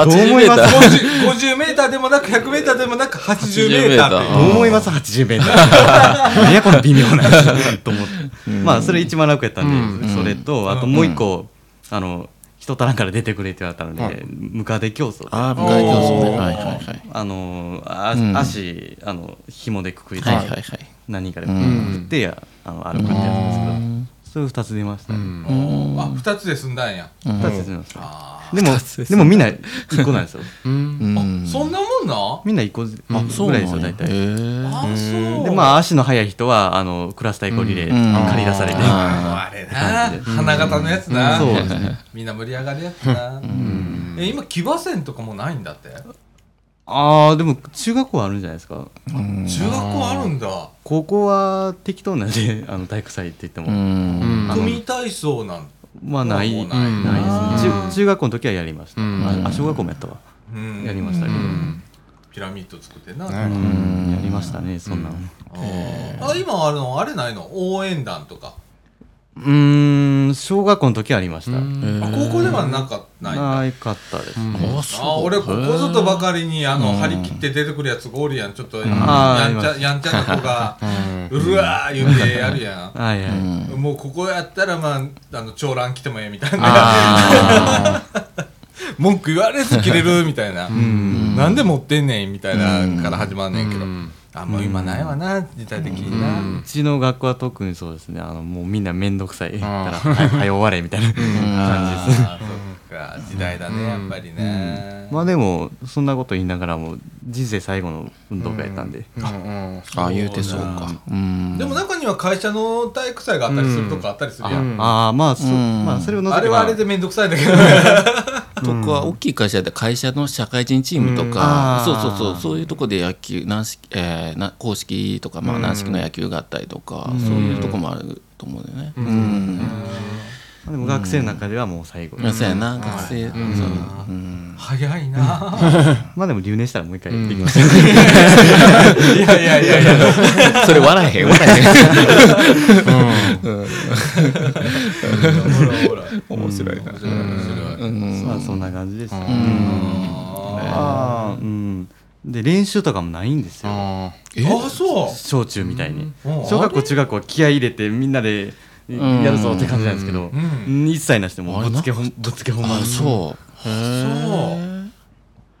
どう思います
50, 50メーターでもなく100メーターでもなく80メーターっていう
80メーター
どう思います 80m 何やこの微妙なやつと思って、まあそれ一番楽やったんで、それとあともう一個、あの人足らんから出てくれって言われたので、
はい
ムカデ競争
ああ向かい競争
おー
ねはいはいはい
あのあ
うん
足あの紐でくくりつ
はいい
て、
はいはい
何人かで
ん
くくって、あの歩くってやつですけど、そういう2つ出ました、ね
あ2つで済んだんや
2つ出ました、
あ
でもでもみんな1個なんですよ
うん
ー、
うん
あそんなもんな
みんな1個ずぐらいですよ大
へ
体
ー
あそう
でまあ足の速い人はあのクラス対抗リレー
うん
借り出されて、
あ
あれな花形のやつな、
そうですね
みんな盛り上がるやつな、え今騎馬戦とかもないんだって
ああでも中学校はあるんじゃないですか
中学校あるんだ
高校は適当なんで [laughs] あの体育祭って言っても、
うん
うん
組体操なん
まあない
もう
ない
ない
ですね中中学校の時はやりました、
うん
ああ小学校もやったわ
うん
やりましたけど、
ピラミッド作ってな、
ね
うんやりましたねそんなの
あ今あのあれないの応援団とか、
うん小学校の時はありました、
あ高校ではなんかないんだ
なかったです、ね
あ
あ
そう
俺ここぞとばかりにあの張り切って出てくるやつゴールやんちょっとやんちゃやんちゃな子が
[laughs]
うわー言ってやるや
はいはい、
んもうここやったらまああの長蘭来てもええみたいな
あ
[laughs] 文句言われず切れるみたいななんで持ってんねんみたいなから始まんねんけどあんま今ないわな時代的に
う
な
ちの学校は特にそうですねあのもうみんな面倒くさいからはいはい終われみたいな感じです
あーそっか時代だねやっぱりね
まあでもそんなこと言いながらも人生最後の運動会やったんで、
ーあー言うてそうかうん
でも中には会社の体育祭があったりするとこあったりするやん
ああまあそ,、う
うん
まあ、それを除けば
あれはあれで面倒くさいんだけど
とか大きい会社で会社の社会人チームと
う
か
ん
そう
あー
そうそうそういうとこで野球軟式えーな公式とかまあ軟式の野球があったりとかそういうとこもあると思うんだよねうん
まあでも学生の中ではもう最後、
まあそうやな学生そううん
早いな
まあでも留年したらもう一回できました、
いやいやいやいや
[laughs] それ笑えへん笑
ほらほら
えへん面白いな
面白い面白い
まあそんな感じです、うんああうんで練習とかもないんですよ
ああそう
小中みたいに
うん
小学校中学校は気合い入れてみんなで
ん
やるぞって感じなんですけど、
う
一切なしでもうぶっつけ本ぶっつけ本番
あそう
そうえ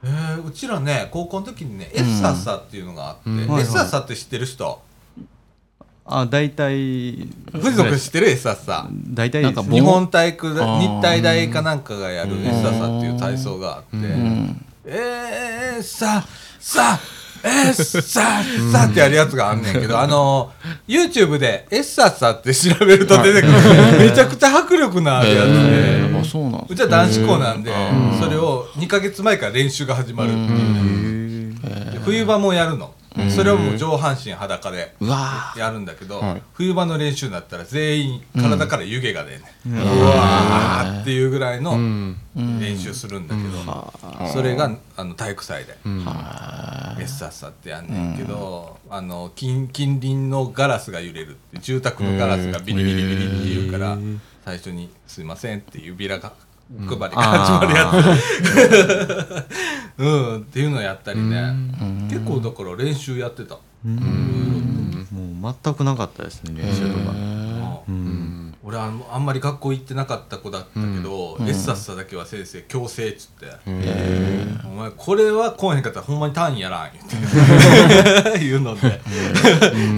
ーうちらね高校の時にねエッサッサっていうのがあってエ
はいはい
ッサッサって知ってる人
あ大体
藤野君知ってるエッサッサ
大体
なんか
です
棒
日本体育
あ
大
ー
日体大かなんかがやるエッサッサっていう体操があって
ん
えーささえー、ささってやるやつがあんねんけ [laughs] ど、あの YouTube で「エッサッサ」って調べると出てくるめちゃくちゃ迫力のあるやつで、
へーあそうなん
うちは男子校なんで、それを2か月前から練習が始まるっていう、で冬場もやるの、
ん
それはもう上半身裸で
うわ
やるんだけど、
はい
冬場の練習になったら全員体から湯気が出るね、うわーっていうぐらいの練習するんだけど、それがあの体育祭で。メッサッサってやんねんけど、あの近近隣のガラスが揺れるって住宅のガラスがビリビリビリって言うから、最初に「すいません」っていうビラが配りが始まるやつ、 [laughs] うんっていうのやったりね、結構だから練習やってた、
もう全くなかったですね練習とか
うん俺あのあんまり学校行ってなかった子だったけど、エッサッサだけは先生強制っつって、お前これは来へんかったらほんまに単位やらん」言って [laughs] 言うので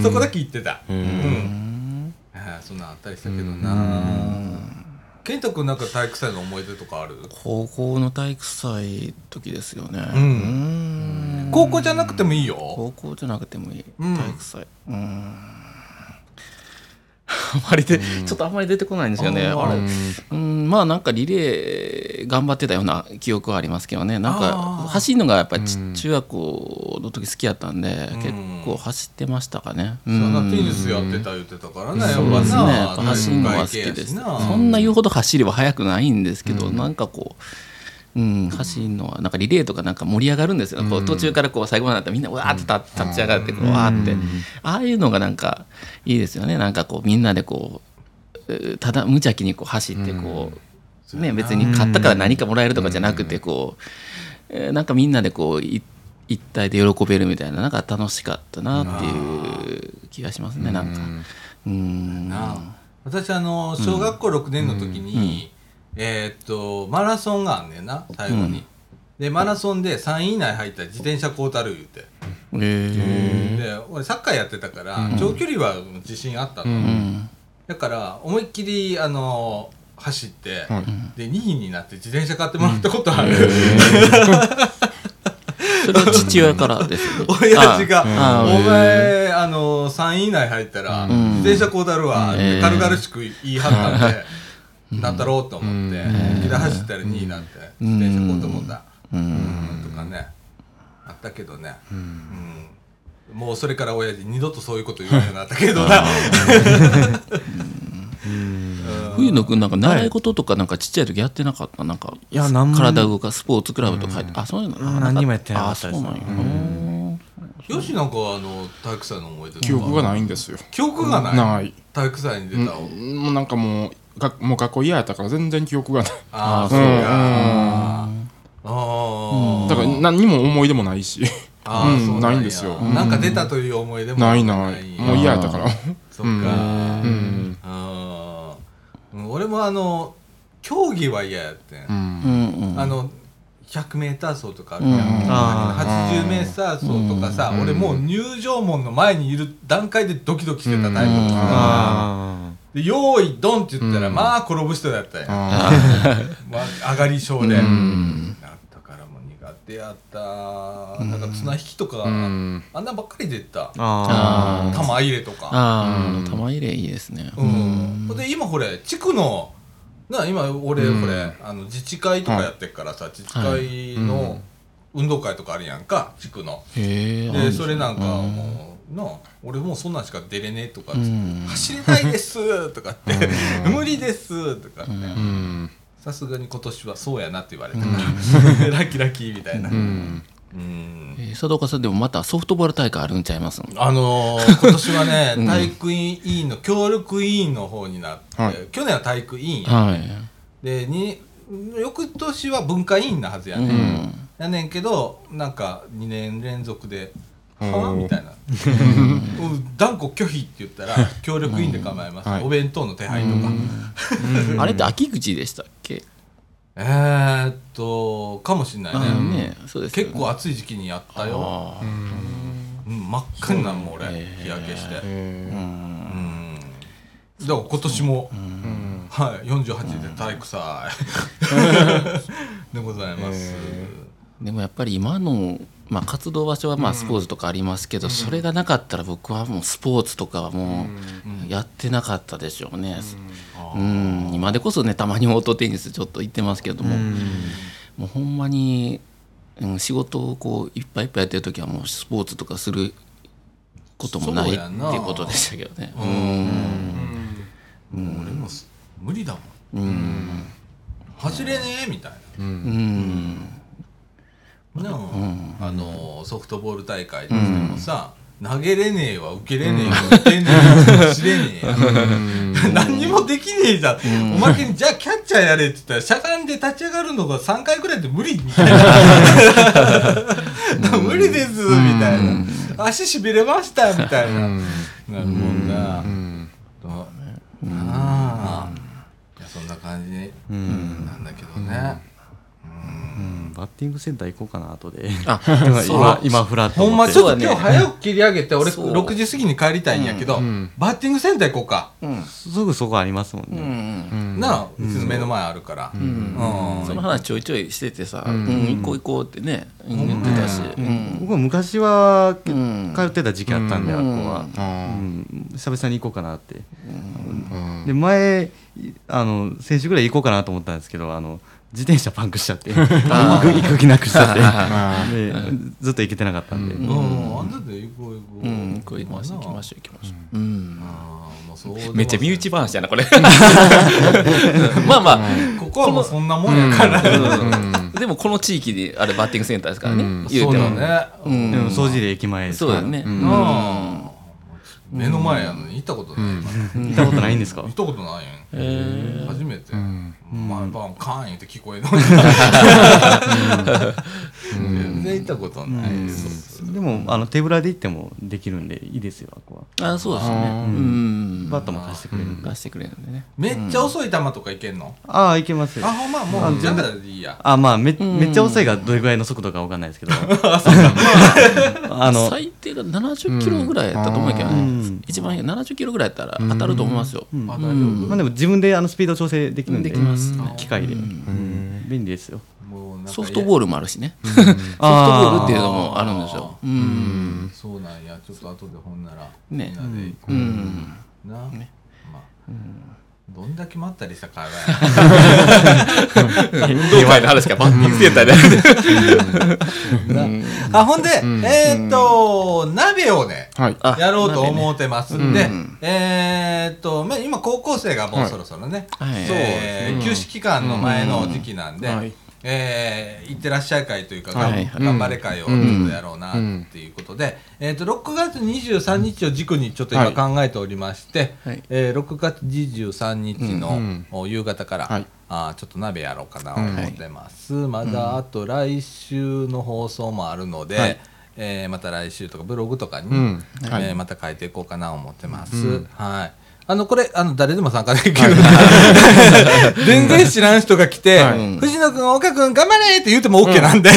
そこだけ言ってたうんああそんなんあったりしたけどな健太君なんか体育祭の思い出とかある
高校の体育祭時ですよね
ん
うーん
高校じゃなくてもいいよ
高校じゃなくてもいい、
うん
体育祭うーん [laughs] あまりで、ちょっとあんまり出てこないんですよね
あー
あれうんまあなんかリレー頑張ってたような記憶はありますけどねなんか
あー
走るのがやっぱりち、中学校の時好きやったんで、結構走ってましたかね
そ
う
んなんテニスやってた言ってたからねやっぱ
そうですね。や
な
っぱ走るのが好き
体育会系
で
や
す。
しな
そんな言うほど走りは速くないんですけど、なんかこう、うん、走るのはなんかリレーとかなんか盛り上がるんですよ。こう途中からこう最後までなったらみんなわーって立立ち上がってこうわーって、ああいうのがなんかいいですよね。なんかこうみんなでこうえーただ無邪気にこう走ってこう、ね別に買ったから何かもらえるとかじゃなくてこう。えーなんかみんなでこうい一体で喜べるみたいななんか楽しかったなっていう気がしますねなんかうん
な私あの小学校6年の時に、えーっとマラソンがあんねんな最後に、でマラソンで3位以内入ったら自転車交代る言うて、
え
で俺サッカーやってたから、長距離は自信あったの、
ーうん
だから思いっきりあの走って、で2位になって自転車買ってもらったことある、
それは父親からですよね
親父が「
あー
お前あの3位以内入ったら
ん
自転車こうだるわ」っ
う
て
ん
軽々しく言い張ったんで、なったろうと思って本気で走ったら2位なんて
ん
自転車こうと思った、
う
うんん、とかねあったけどね、うんもうそれから親父二度とそういうこと言わなくなったけどな
冬野くんなんか習い事とかなんかちっちゃい時やってなかったなんか
いやなんも
体動かすスポーツクラブとか入ってあそういうの
うん何にもやってなかった
あ
です
そうなんやうん
[laughs] よしなんかはあの体育祭の思い出
記
と
憶が
か
ないんですよ
記憶がない
ない
体育祭に出た、
うんもうなんかもうがもう学校嫌やったから全然記憶がない
ああ
あ
そう
うん
か、ああ
だから何にも思い出もないし
ああ、
うん
そうや
ないんですようん
なんか出たという思い出も
ないないもう嫌やったから
そっか
う。ん
あーうん俺もあの競技は嫌やって。
うんん
うんうん
あの 100m 走とかあるやん
あ
80m 走とかさ俺もう入場門の前にいる段階でドキドキしてたタイプ
うん
あ
で「用意ドン」って言ったらまあ転ぶ人だったやん
あ
まあ、上がり症で、だ
ん
ったからもう苦手やった、なんか綱引きとか、
ん
あんなんばっかり出た
あ
あー
玉入れとか
あー玉入れいいですね
うん、ほんで今ほれ地区のな今俺これ、あの自治会とかやってっからさ、自治会の運動会とかあるやんか地区の
へえ
でそれなんかもう、な俺もうそんなんしか出れねえとかっつって、走れないですとかって、無理ですとかって、
うん
さすがに今年はそうやなって言われたから、 [laughs] ラッキーラッキーみたいな、
うん
うん
えー佐藤岡さんでもまたソフトボール大会あるんちゃいます
あのー今年はね、体育委員の協力委員の方になって、
はい
去年は体育委員や
はい
でに翌年は文化委員なはずやね、
うん
やねんけどなんか2年連続で「
おー
はあ?」みたいな「うん断固拒否」って言ったら協力委員で構えます、
はい
お弁当の手配とか、
あれって秋口でしたっけ、
えー、っとかもしんないね,、
あねそうですよ
結
ね
構暑い時期にやったよ、
あ
うん、真っ赤になるもん俺日焼けして、うんだから今年も、はい、48で体育祭 [laughs] でございます、
ーでもやっぱり今の、まあ、活動場所はまあスポーツとかありますけど、それがなかったら僕はもうスポーツとかはもうやってなかったでしょうね、うん今でこそねたまにオートテニスちょっと行ってますけども、もうほんまに、うん、仕事をこういっぱいいっぱいやってる時はもうスポーツとかすることもな
そ
い
う
って
やんな
ことでしたけどね。
もう俺もす無理だもん
うんうん
走れねえみたい
うん
な、ねあのソフトボール大会としてもさ、投げれねえわ受けれねえわ、打てねえわ走れねえや、 [laughs] 何にもできねえじゃん、おまけにじゃあキャッチャーやれって言ったらしゃがんで立ち上がるのが3回くらいで無理みたいな [laughs] 無理ですみたいな、足しびれましたみたいな、なるもんな、ああいやそんな感じなんだけどね、
うんバッティングセンター行こうかな後で
あ
今今フラッと
ほん
思っ
ま
て
ちょっと
そうだ
今日
ね
早く切り上げて俺
そう
6時過ぎに帰りたいんやけど、バッティングセンター行こうか、
うん
すぐそこありますもん
う
ね、
ん
なあうちの目の前あるから、うん
その話ちょいちょいしててさ、うん、行こう行こうってね、言ってたし、うん
僕は昔はけ
うん
通ってた時期あったんで、
ん
あこは、うん、久々に行こうかなって、
ん
で前いあの先週ぐらい行こうかなと思ったんですけどあの自転車パンクしちゃって行く行く気なくしちゃってでずっと行けてなかったんで、
うん、あんたで行こう行こう。
うん、行こう行きましょう行きましょう行きましょう。うん
ああ、もうそうでも
めっちゃ身内話やなこれ。 [laughs] まあまあ。
ここはもうそんなもんやから。
でもこの地域にあるバッティングセンターですからね、言
そうう
て
だ
も
ね。
う
でも
ん
掃除で駅前です
そ
か
う
ら
だよね、
ん
ああ目の前やのに行ったことないから。
行ったことないんですか
行ったことないやん。初めて。毎晩カーン言って聞こえるのに。全然行ったことない。そうそう
でもあの手ぶらで行ってもできるんでいいですよあこは
あそうですねうん、
バットも貸してくれるんで、
出してくれるんでね
めっちゃ遅い球とか行けんの
ああ行けますよ
あ、ほんま、もう、じゃあいいや。
あまあめめっちゃ遅いがどれぐらいの速度かわかんないですけどあ
[laughs]
の
最低が70キロぐらいやったと思うけど
う
ね、
ん
一番いい70キロぐらいやったら当たると思いますよ、
あ、大丈夫。
まあでも自分であのスピード調整できるんで
できます
機械で、
う
うん便利ですよ
もうなんか
ソフトボールもあるしね、ソフトボールっていうのもあるんですようん、
そうなんやちょっと後でほんなら
ね
みんなで行こ
う
う、
ん
な、
ね
まあ、どんだけ待ったりした会話や
運動会の話かバッティングセンターで、
あほんで、えーっと鍋をね
はい
あ
やろうと思うてますんで、
鍋ね
えーっとまあ今高校生がもうそろそろね、
はい
えー休止期間の前の時期なんで、
うんはい
えー、行ってらっしゃい会というか、
はい
頑頑張れ会をちょっとやろうなっていうことで、えー、と6月23日を軸にちょっと今考えておりまして、
はい
えー6月23日の、お夕方から、
はい
あーちょっと鍋やろうかなと思ってます、まだあと来週の放送もあるので、えーまた来週とかブログとかに、
んはい
えーまた書いていこうかなと思ってます、はいあのこれあの誰でも参加できる、 [laughs] 全然知らん人が来て、
はい
藤野君、岡君、頑張れって言っても OK なんで、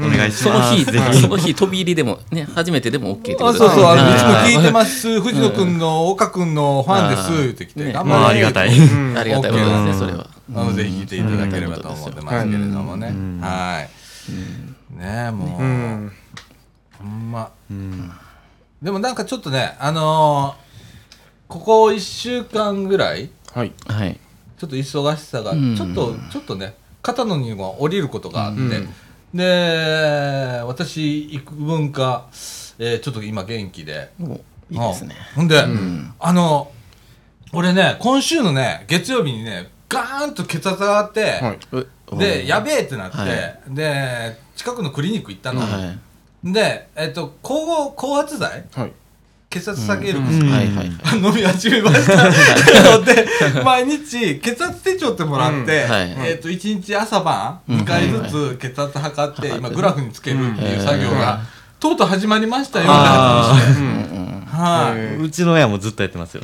お願いし
その
ます
日
ぜ
その日飛び入りでもね初めてでも OK ってこ
あ
と
そうそう、あのいつも
はい
聞いてます、藤野君の岡君のファンです、言ってきて、
ね
頑
まあ
張
あ
れ
りがたい、
[laughs] ありがたいことですねそれは
あのぜひ聞いていただければと思ってますけれどもね。はい。ねえもう、ほんま。でもなんかちょっとね、あのーここ1週間ぐらい、
はい
はい
ちょっと忙しさが、
ん
ちょっと、ちょっとね、肩の荷が降りることがあって、で、私、幾分か、えーちょっと今元気で、
もういいですね
うんほんで、あの、俺ね、今週のね、月曜日にね、ガーンと血圧上がって、
はい
で、やべえってなって、
は
で、近くのクリニック行ったの。
は
で、えっと、抗合、抗圧剤
はい
血圧下げる、
いはいはいはい
飲み始めま
[laughs]
した。で、毎日血圧手帳ってもらって、
うんはい
えっ、と、一日朝晩2回ずつ血圧測って、
はい
今グラフにつけるっていう作業
う
が、とうとう始まりましたよ、みたいな話
あ
はい。
ーうちの親もずっとやってますよ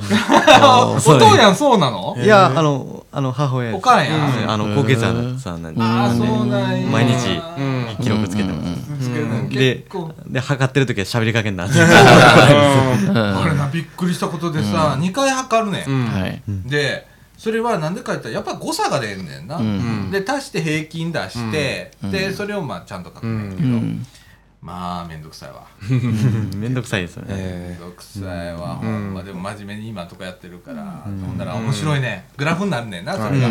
あ [laughs] お父やんそうなの
いやあのあの母親です
おかんやん
うんあの後継者さんなんで
ああ、そうなんや。
毎日
うん
記録つけてます、
つけるの
で
結構。
で測ってる時は喋りかけんなって
あれな、びっくりしたことでさ、2回測るねん。
はい
でそれはなんでか言ったらやっぱ誤差が出んねんな、
ん
で足して平均出して、でそれをまあちゃんと書くねんだけど、まあめんどくさいわ
[laughs] めんどくさいですよね、
めんどくさいわ、ほんまでも真面目に今とかやってるから、ほんなら面白いねグラフになるねんなそれが、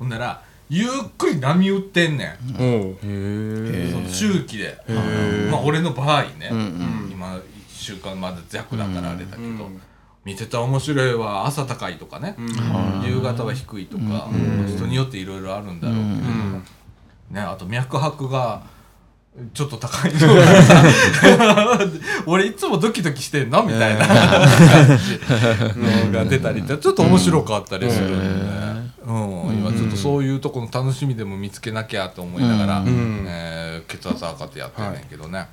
ほんならゆっくり波打ってんねん、
おう
その周期で、まあ俺の場合ね、今1週間まで弱だからあれだけど、
うん
見てたら面白いは朝高いとかね、夕方は低いとか、人によっていろいろあるんだろうけど、ね、あと脈拍がちょっと高いとかさ [laughs] 俺いつもドキドキしてんなみたいな感じのが出たりってちょっと面白かったりするんで、うん今ちょっとそういうとこの楽しみでも見つけなきゃと思いながら、
ん
えー血圧測ってやってんねんけどね、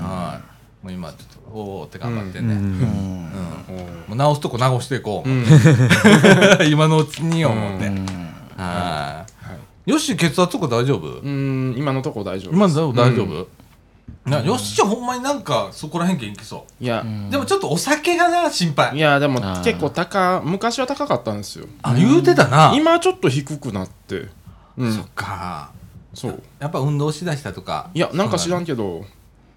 はいもう今ちょっとおーおーって頑張ってね、うんもう直すとこ直していこう、 [laughs] 今のうちに思って、はいよし血圧とか大丈夫、
うん今のとこ大丈夫
今の大丈夫、なよっしゃほんまになんかそこら辺元気そ
いや
う、でもちょっとお酒がな心配
いやでも
あー
結構高昔は高かったんですよ
あ言うてたな
今ちょっと低くなってうん
そっか
そう
やっぱ運動しだしたとか
いやなんか知ら
ん
んけど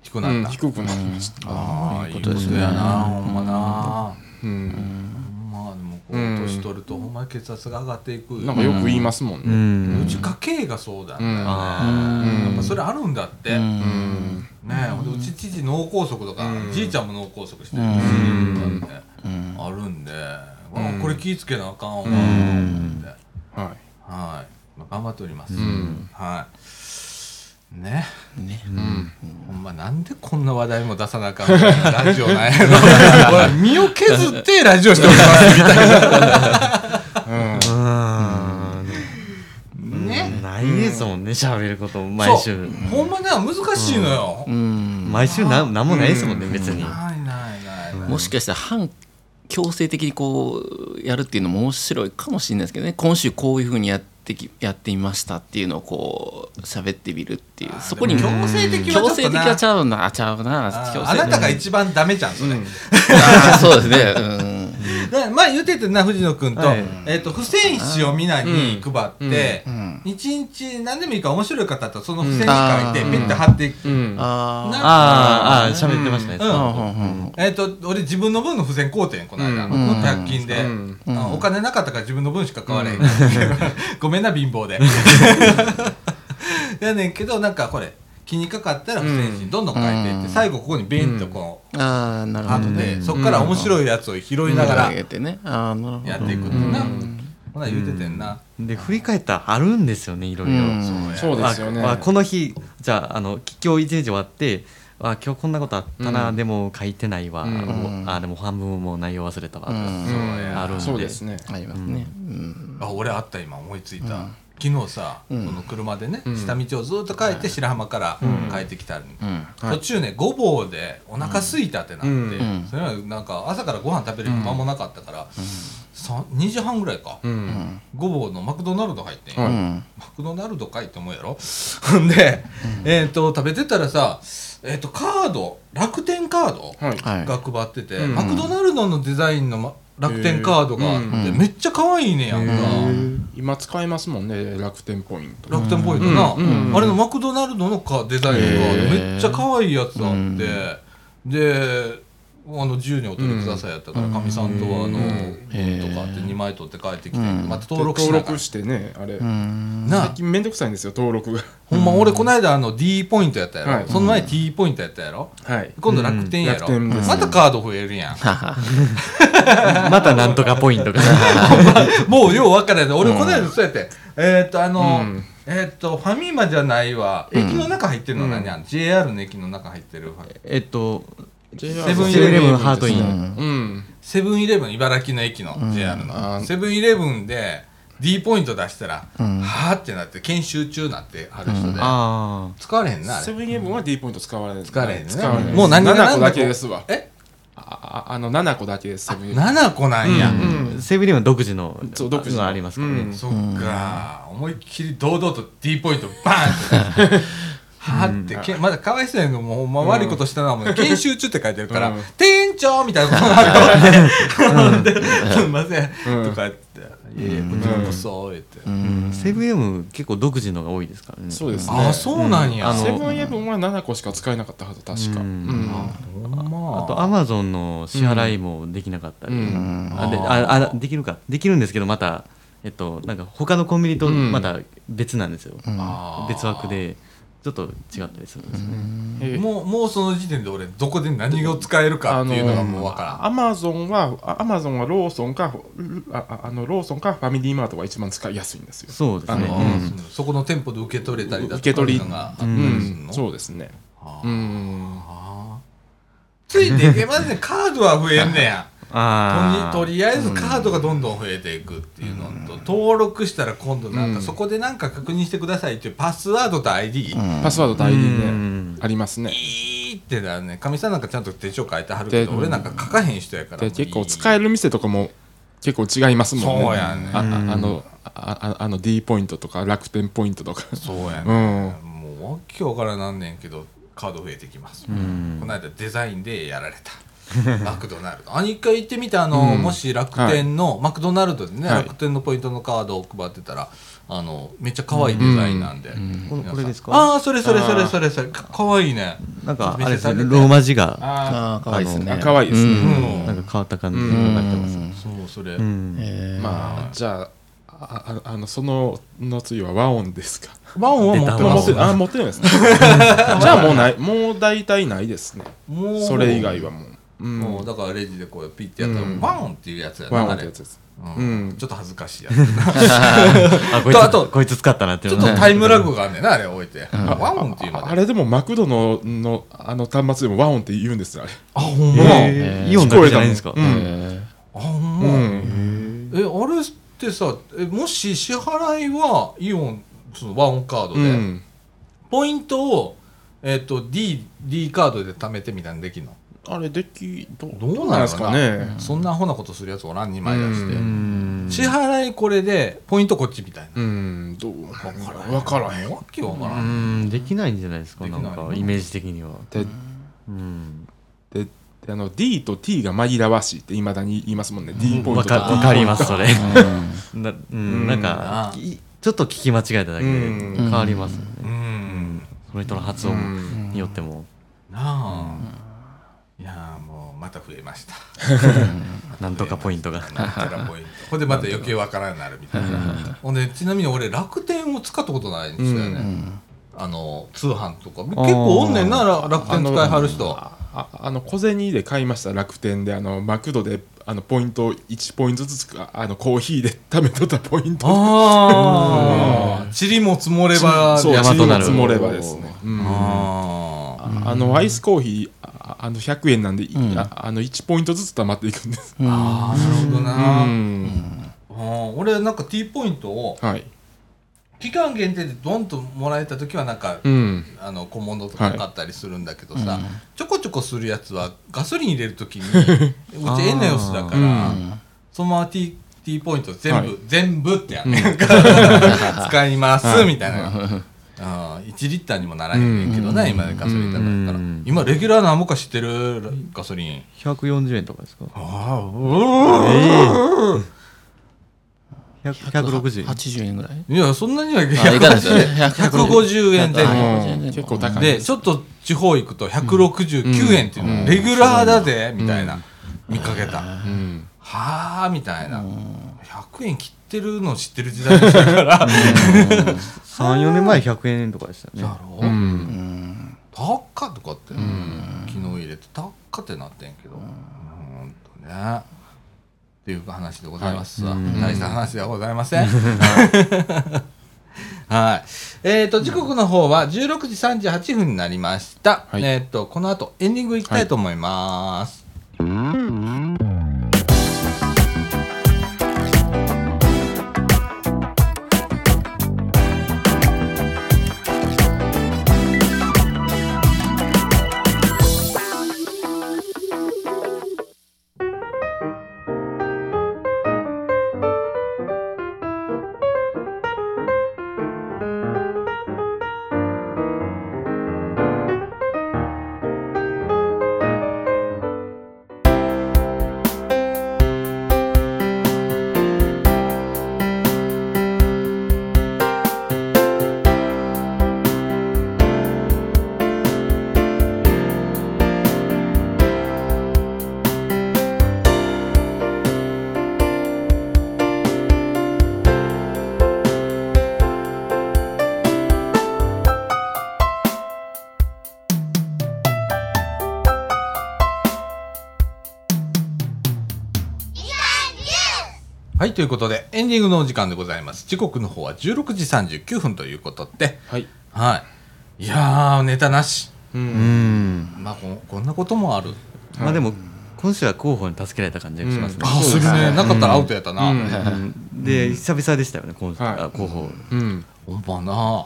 低く
う
なった、
ん低くなりました
ああいい
い
こ
こととですね
やな、ほんまな、
うん
まあでもこう
うん
年取るとほんまに血圧が上がっていく
なんかよく言いますもんね
うち家計がそうだよね、
うん
やっぱそれあるんだって、ねえ、ほんでうち父脳梗塞とか、じいちゃんも脳梗塞してるしとかってあるんで、わあこれ気ぃつけなあかんわ、思って
は
はい、まあ、頑張っております、
ん
はいね
ね
ほんまなんでこんな話題も出さなあかんのラジオなんやろ俺身を削ってラジオしておりますみたいなね
ないですもんね喋ること毎週
そうほんまな難しいのよ、
うん
毎週な何もないですもんね別に
ないないないない
もしかしたら反強制的にこうやるっていうのも面白いかもしれないですけどね今週こういうふうにやってきやってみましたっていうのをこう喋ってみるっていうそこに
でも強制的はちょっとな
強制的はちゃうなあちゃうな
あー
強制
あなたが一番ダメじゃんそれ、
[laughs] あーそうですねうん
だから前言ってたな藤野君と,、
はい
えっと付箋紙を皆に配って、
ん
一日何でもいいから面白い方だったらその付箋紙書いてペッて貼っていく、
いうん
あー
あーあー喋ってましたね、
うん
うん
えっと俺自分の分の付箋買うてんこの間、
うん
もっと100均で、
うん
あお金なかったから自分の分しか買われへん、 [laughs] ごめんな貧乏で [laughs] やねんけどなんかこれ気にかかったら付箋紙にどんどん書いていって、
うん
最後ここにベンとこう
ああなるほ
貼
ど
って、
ね
そこから面白いやつを拾いながら
上げてねああなるほど
やっていくってな、ほな言うててんな、
で振り返ったらあるんですよねいろいろ、
うん
そうですよね
ああこの日じゃああのき今日一日終わってあ今日こんなことあったな、
うん
でも書いてないわ、
うん
もうあでも半分もう内容忘れたわ、
うん
うん
あるんで
そうですね
ありますねうん
あ俺あった今思いついた、昨日さ、この車でね、下道をずっと帰って白浜から帰ってきたの、
うん
途中ねごぼうでお腹すいたってなって、
ん
それはなんか朝からご飯食べる間もなかったから、さん2時半ぐらいか、
うん
ごぼうのマクドナルド入ってんよ、
は
う
い
ん
マクドナルドかいって思うやろ [laughs] ほんで、えっ、と食べてたらさえっ、とカード楽天カード、
はい
はい
が配ってて、
うん
マクドナルドのデザインのま楽天カードがあって、
うん
めっちゃ可愛いねやんか、
今使えますもんね楽天ポイント
楽天ポイントな、
うんうん
あれのマクドナルドのカデザインがめっちゃ可愛いやつあって、であの自由にお取りくださいやったからかみ、さんとはあの、
へ
と
ー
かって2枚取って帰ってきて、
うん
また登
登
録
録
しながら
してねあれ
うん
な
最近めんどくさいんですよ登録が
ほんま俺この間あの D ポイントやったやろ、
はい
その前 T ポイントやったやろ
はい
今度楽天やろ、
うん楽天です
またカード増えるやん
は
[laughs]
は
またなんとかポイントが [laughs]
[laughs] もうよう分からない俺この間そうやって、えーっとあの、
うん
えーっとファミマじゃないわ駅の中入ってるの何や、ん、JR の駅の中入ってる
えっと
セ
セ
ブン
ブン
イ
イ
レ
レ
ブ
ブ
ン
ンハートイン、
うん
セブンイレブン茨城の駅の JR
あ
の
ー
セブンイレブンで D ポイント出したら、
うん
はーってなって研修中なってある人で、
あ
使われへんなあれ
セブンイレブンは D ポイント使われない
使われへんね
使われない
もう何が何だ
7個だけですわ
え
あああの7個だけですセブンイレブン
7個なんや、
あ、セブンイレブンは独自の
そう独自の
がありますからね、
うん
そっか、思いっきり堂々と D ポイントバーンってはーってけまだかわいそうやけどもうほんま悪いことしたなもう研修中って書いてるから
うん
「店長!」みたいなことがあるから「 [laughs] すいません」
うん
とか言って「いえいえこちらこそ」言って
セブンイレブン結構独自のが多いですからね
そうですね
あそうなんや
あの
セブンイレブンは7個しか使えなかったはず確かう
うん
ん
ほんま
あとアマゾンの支払いもできなかったり、
うん
あでああできるかできるんですけどまたえっとなんか他のコンビニと
うん
また別なんですよ、
あー
別枠でちょっと違ったりするんですよね。
え
もうもうその時点で俺どこで何を使えるかっていうのがもう分からん、
アマゾンはあアマゾンはローソンかあああのローソンかファミリーマートが一番使いやすいんですよ。
そうですね。
あの
うん
うんそこの店舗で受け取れたりだとか
受け取り
いうのがあった
う
りする
ん、
の
そうですね。
あー
うん、
あーついていけませんカードは増えんね
[laughs]
や
あ
とにとりあえずカードがどんどん増えていくっていうのと、登録したら今度なんか
うん
そこでなんか確認してくださいっていうパスワードと ID、
パスワードと ID ね
ね。
ありますね。
いいってだねかみさんなんかちゃんと手帳書いてはるけど
で
俺なんか書かへん人やから
で結構使
え
える店とかも結構違いますもんね。
そうやね
あああのあああの D ポイントとか楽天ポイントとか。
そうや
う
ね、
ん。
もうわけわからなんねんけどカード増えてきます、この間デザインでやられた [laughs] マクドナルドあ一回行ってみてあの、
うん
もし楽天の、マクドナルドでね、
はい
楽天のポイントのカードを配ってたらあのめっちゃ可愛いデザインなんで、
このこれですか。
ああーそれそれそれそれそれかかわいいね
なんかあれです
見
ね。
せた
ローマ字が
あ
ああ、かわいいです
あ、
ね。
可愛いです
う
ね。
ん、
なんか変わった感じ
う
に
ん
なってますね。
そうそれ、
うん。
えー
まあじゃああああのそのの次は和音ですか。
ワンは持ってま
持
す
って
よ
あ持ってるんですね。 [laughs] じゃあもうないもう大体ないですね。
も
それ以外はもう。うん
もうだからレジでこうピッてやったら、
うん
ワンっていうやつや
和
な
音
あ
って
れ
やつです。
うん
うん
ちょっと恥ずかしいや
[laughs]
つ
あこい
あと
つこいつ使ったなってい
ち
う
ょっ
の
と
ね
タイムラグがあんねんな、あれ置いて。あワンっていうまで。
あれでもマクドののあの端末でも和音って言うんですよあれ。
あ、ほん
えーイオンだけじゃないんですか
聞こ。え
あ、
たもんうん
ほんま。
う
え、あ
ん、
れってさ、えもし支払いはイオン、そのワンカード
う
で、
ん、
ポイントを、えっと、D、D カードで貯めてみたいなのできるの
あれできど
どうなんですか
ね
そんなアホなことするやつおらん、2枚出して
う
う。ん
支払いこれで、ポイントこっちみたいな。
うんどうわからへん
わけわから。
うんんできないんじゃないですか。
でき
な
ない
んかイメージ的には。
で
うん。
でであの D と T が紛らわしいっていまだに言いますもんね、D ポイン
わ
ト
か
と
わかりますそれ。
う
なうんんなんか
うん
いちょっと聞き間違えただけで
うん
変わりますよね。
うん。
その人の発
う
音
ん
によっても
なあ。いやーもう、また増えました。
なんとかポイントが。
なんちゃらポイントこれでまた余計わからんようになるみたいなほんでちなみに俺楽天を使ったことないんですよね、あの通販とか結構おんねんなら楽天使いはる人
ああの小銭で買いました楽天であのマクドであのポイント1ポイントずつかあのコーヒーで貯めとったポイント
ああ塵も積もれば
そう
大和
積
なる
もればですね、うん
あー
あのアイスコーヒーああの100円なんで、いああの1ポイントずつ貯まっていくんです、
ん
あーなるほど
う
な、あ
ん
ー俺なんか T ポイントを
はい
期間限定でドンともらえた時はなんか、
うん
あの小物とか買ったりするんだけどさ、ちょこちょこするやつはガソリン入れる時にうちエネオスだから、
うん
そのまま T, T ポイント全部、
はい
全部ってやんねんか [laughs] 使います、みたいな、あー1リッターにもならへんねんけどな、今ガソリンだったから、
うん
今レギュラーなんもか知ってるガソリン
百四十円とかですか。
ああ
百六十円。
80円ぐらい
いやそんなにはい
あいかないですよね
[laughs] 150円前後
うん結構高い
でちょっと地方行くと169円っていうの、レギュラーだぜ、みたいな見かけた、
うん
はあみたいな、100円切ってるの知ってる時代でしたから
三四年前百円とかでしたね。
だろう、
うん
高っかとかって、昨日入れて高っかってなってんけど、ほんとねっていう話でございますわ、大した話ではございませ [laughs] んはいえー、と時刻の方は16時38分になりました、
はい
えー、とこの後エンディングいきたいと思います、はい、ということで、エンディングのお時間でございます。時刻の方は16時39分ということで、
はい
はい。いやー、ネタなし。
うん
まあ、ここんなこともある。
まあでも今週は候補に助けられた感じがしますね、
あ、
そうですね
なかったらアウトやったな。
う
うんん、
うんで久々でしたよね今週、
はい
あ候補
うん
ほんまな。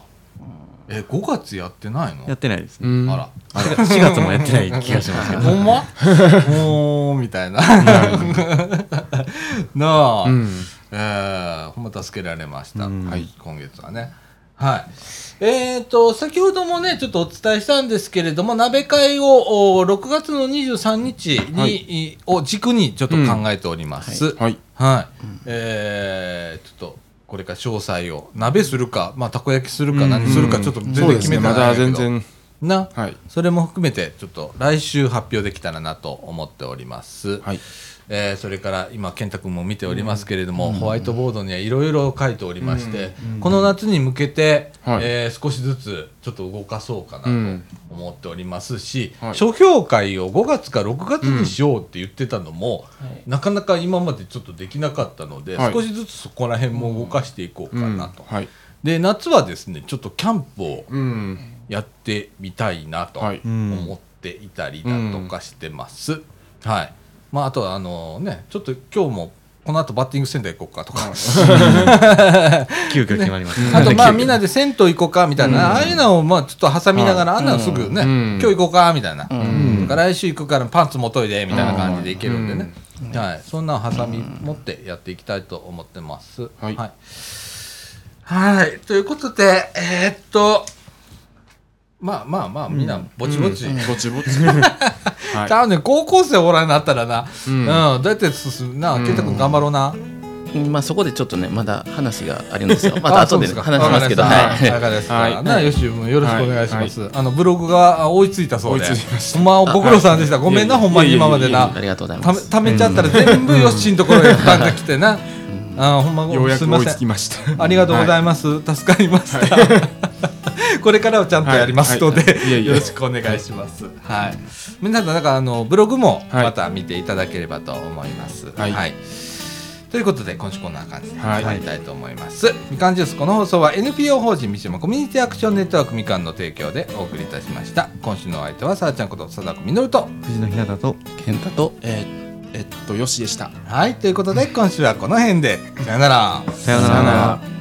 え、5月やってないの
やってないですね、
うん
あら。
あれ4月もやってない気がし
[laughs]
ますけど
ほんまおーみたいな。なあ、
うん
えーほんま助けられました。
うん
はい、今月はね。はい。えっ、と、先ほどもね、ちょっとお伝えしたんですけれども、鍋会をお6月の23日に、
はい
いを軸にちょっと考えております。
はい
はい、えーちょっとこれから詳細を鍋するか、まあ、たこ焼きするか何するかちょっと全然
そうで
決
す
め
ね
てない
ま
んや
だ
けど、
全然
な、
はい
それも含めてちょっと来週発表できたらなと思っております、
はい
えーそれから今健太君も見ておりますけれども、ホワイトボードにはいろいろ書いておりまして、この夏に向けて、
はい
えー少しずつちょっと動かそうかなと
うん
思っておりますし、
はい
書評会を5月か6月にしようって言ってたのも、
はい
なかなか今までちょっとできなかったので、
はい
少しずつそこら辺も動かしていこうかなと、
うんはい
で夏はですねちょっとキャンプを
うん
やってみたいなと
はい
思っていたりだとかしてます。はい。まああとはあのねちょっと今日もこの後バッティングセンター行こうかと [laughs] か、
[laughs] 急遽決まりました、
あとまあみんなで銭湯行こうかみたいな、ああいうのをまあちょっと挟みながら、あんなのすぐね、
うん
今日行こうかみたいな、
ん
とか来週行くからパンツもといでみたいな感じで行けるんでね、はい、そんなの挟み持ってやっていきたいと思ってます。
はい
はいはいということでえーっとまあまあまあみんなぼちぼち、
ぼち [laughs] ぼち
ちゃうねん高校生おらんなったらな、う
うんん
どうやって進むな健太君頑張ろうな、
うんまあそこでちょっとねまだ話があるんですよ。また
あそ
後
う
でね
すか
話しますけど、
わか
は
りした
い。
わかりました
はい
なよしゅうもよろしくお願いします。あのブログが追いついたそうで。
追いつきました
ほんまご苦労さんでした。ごめんな
はい
ほんまに今までな。
ありがとうござい
た
ま
め
す。
ためちゃったら全部よっしーのところへ負担が来てな。あーほんまご
ようや
すい
く
ま
追い
せ
つき
ん。
ました
[laughs] ありがとうございます。助かりました。 [laughs] これからはちゃんとやりますので、
はいはいいえいえ
よろしくお願いします。はい。皆さんなんかあのブログもまた見ていただければと思います。
はい
ということで今週こんな感じで
はい
終わりたいと思います、みかんジュースこの放送は NPO 法人三島コミュニティアクションネットワークみかんの提供でお送りいたしました今週のお相手はさあちゃんこと佐々木実と
藤野ひなたと
健太と
えーえっとよしでした
はいということで今週はこの辺でさよなら
さようなら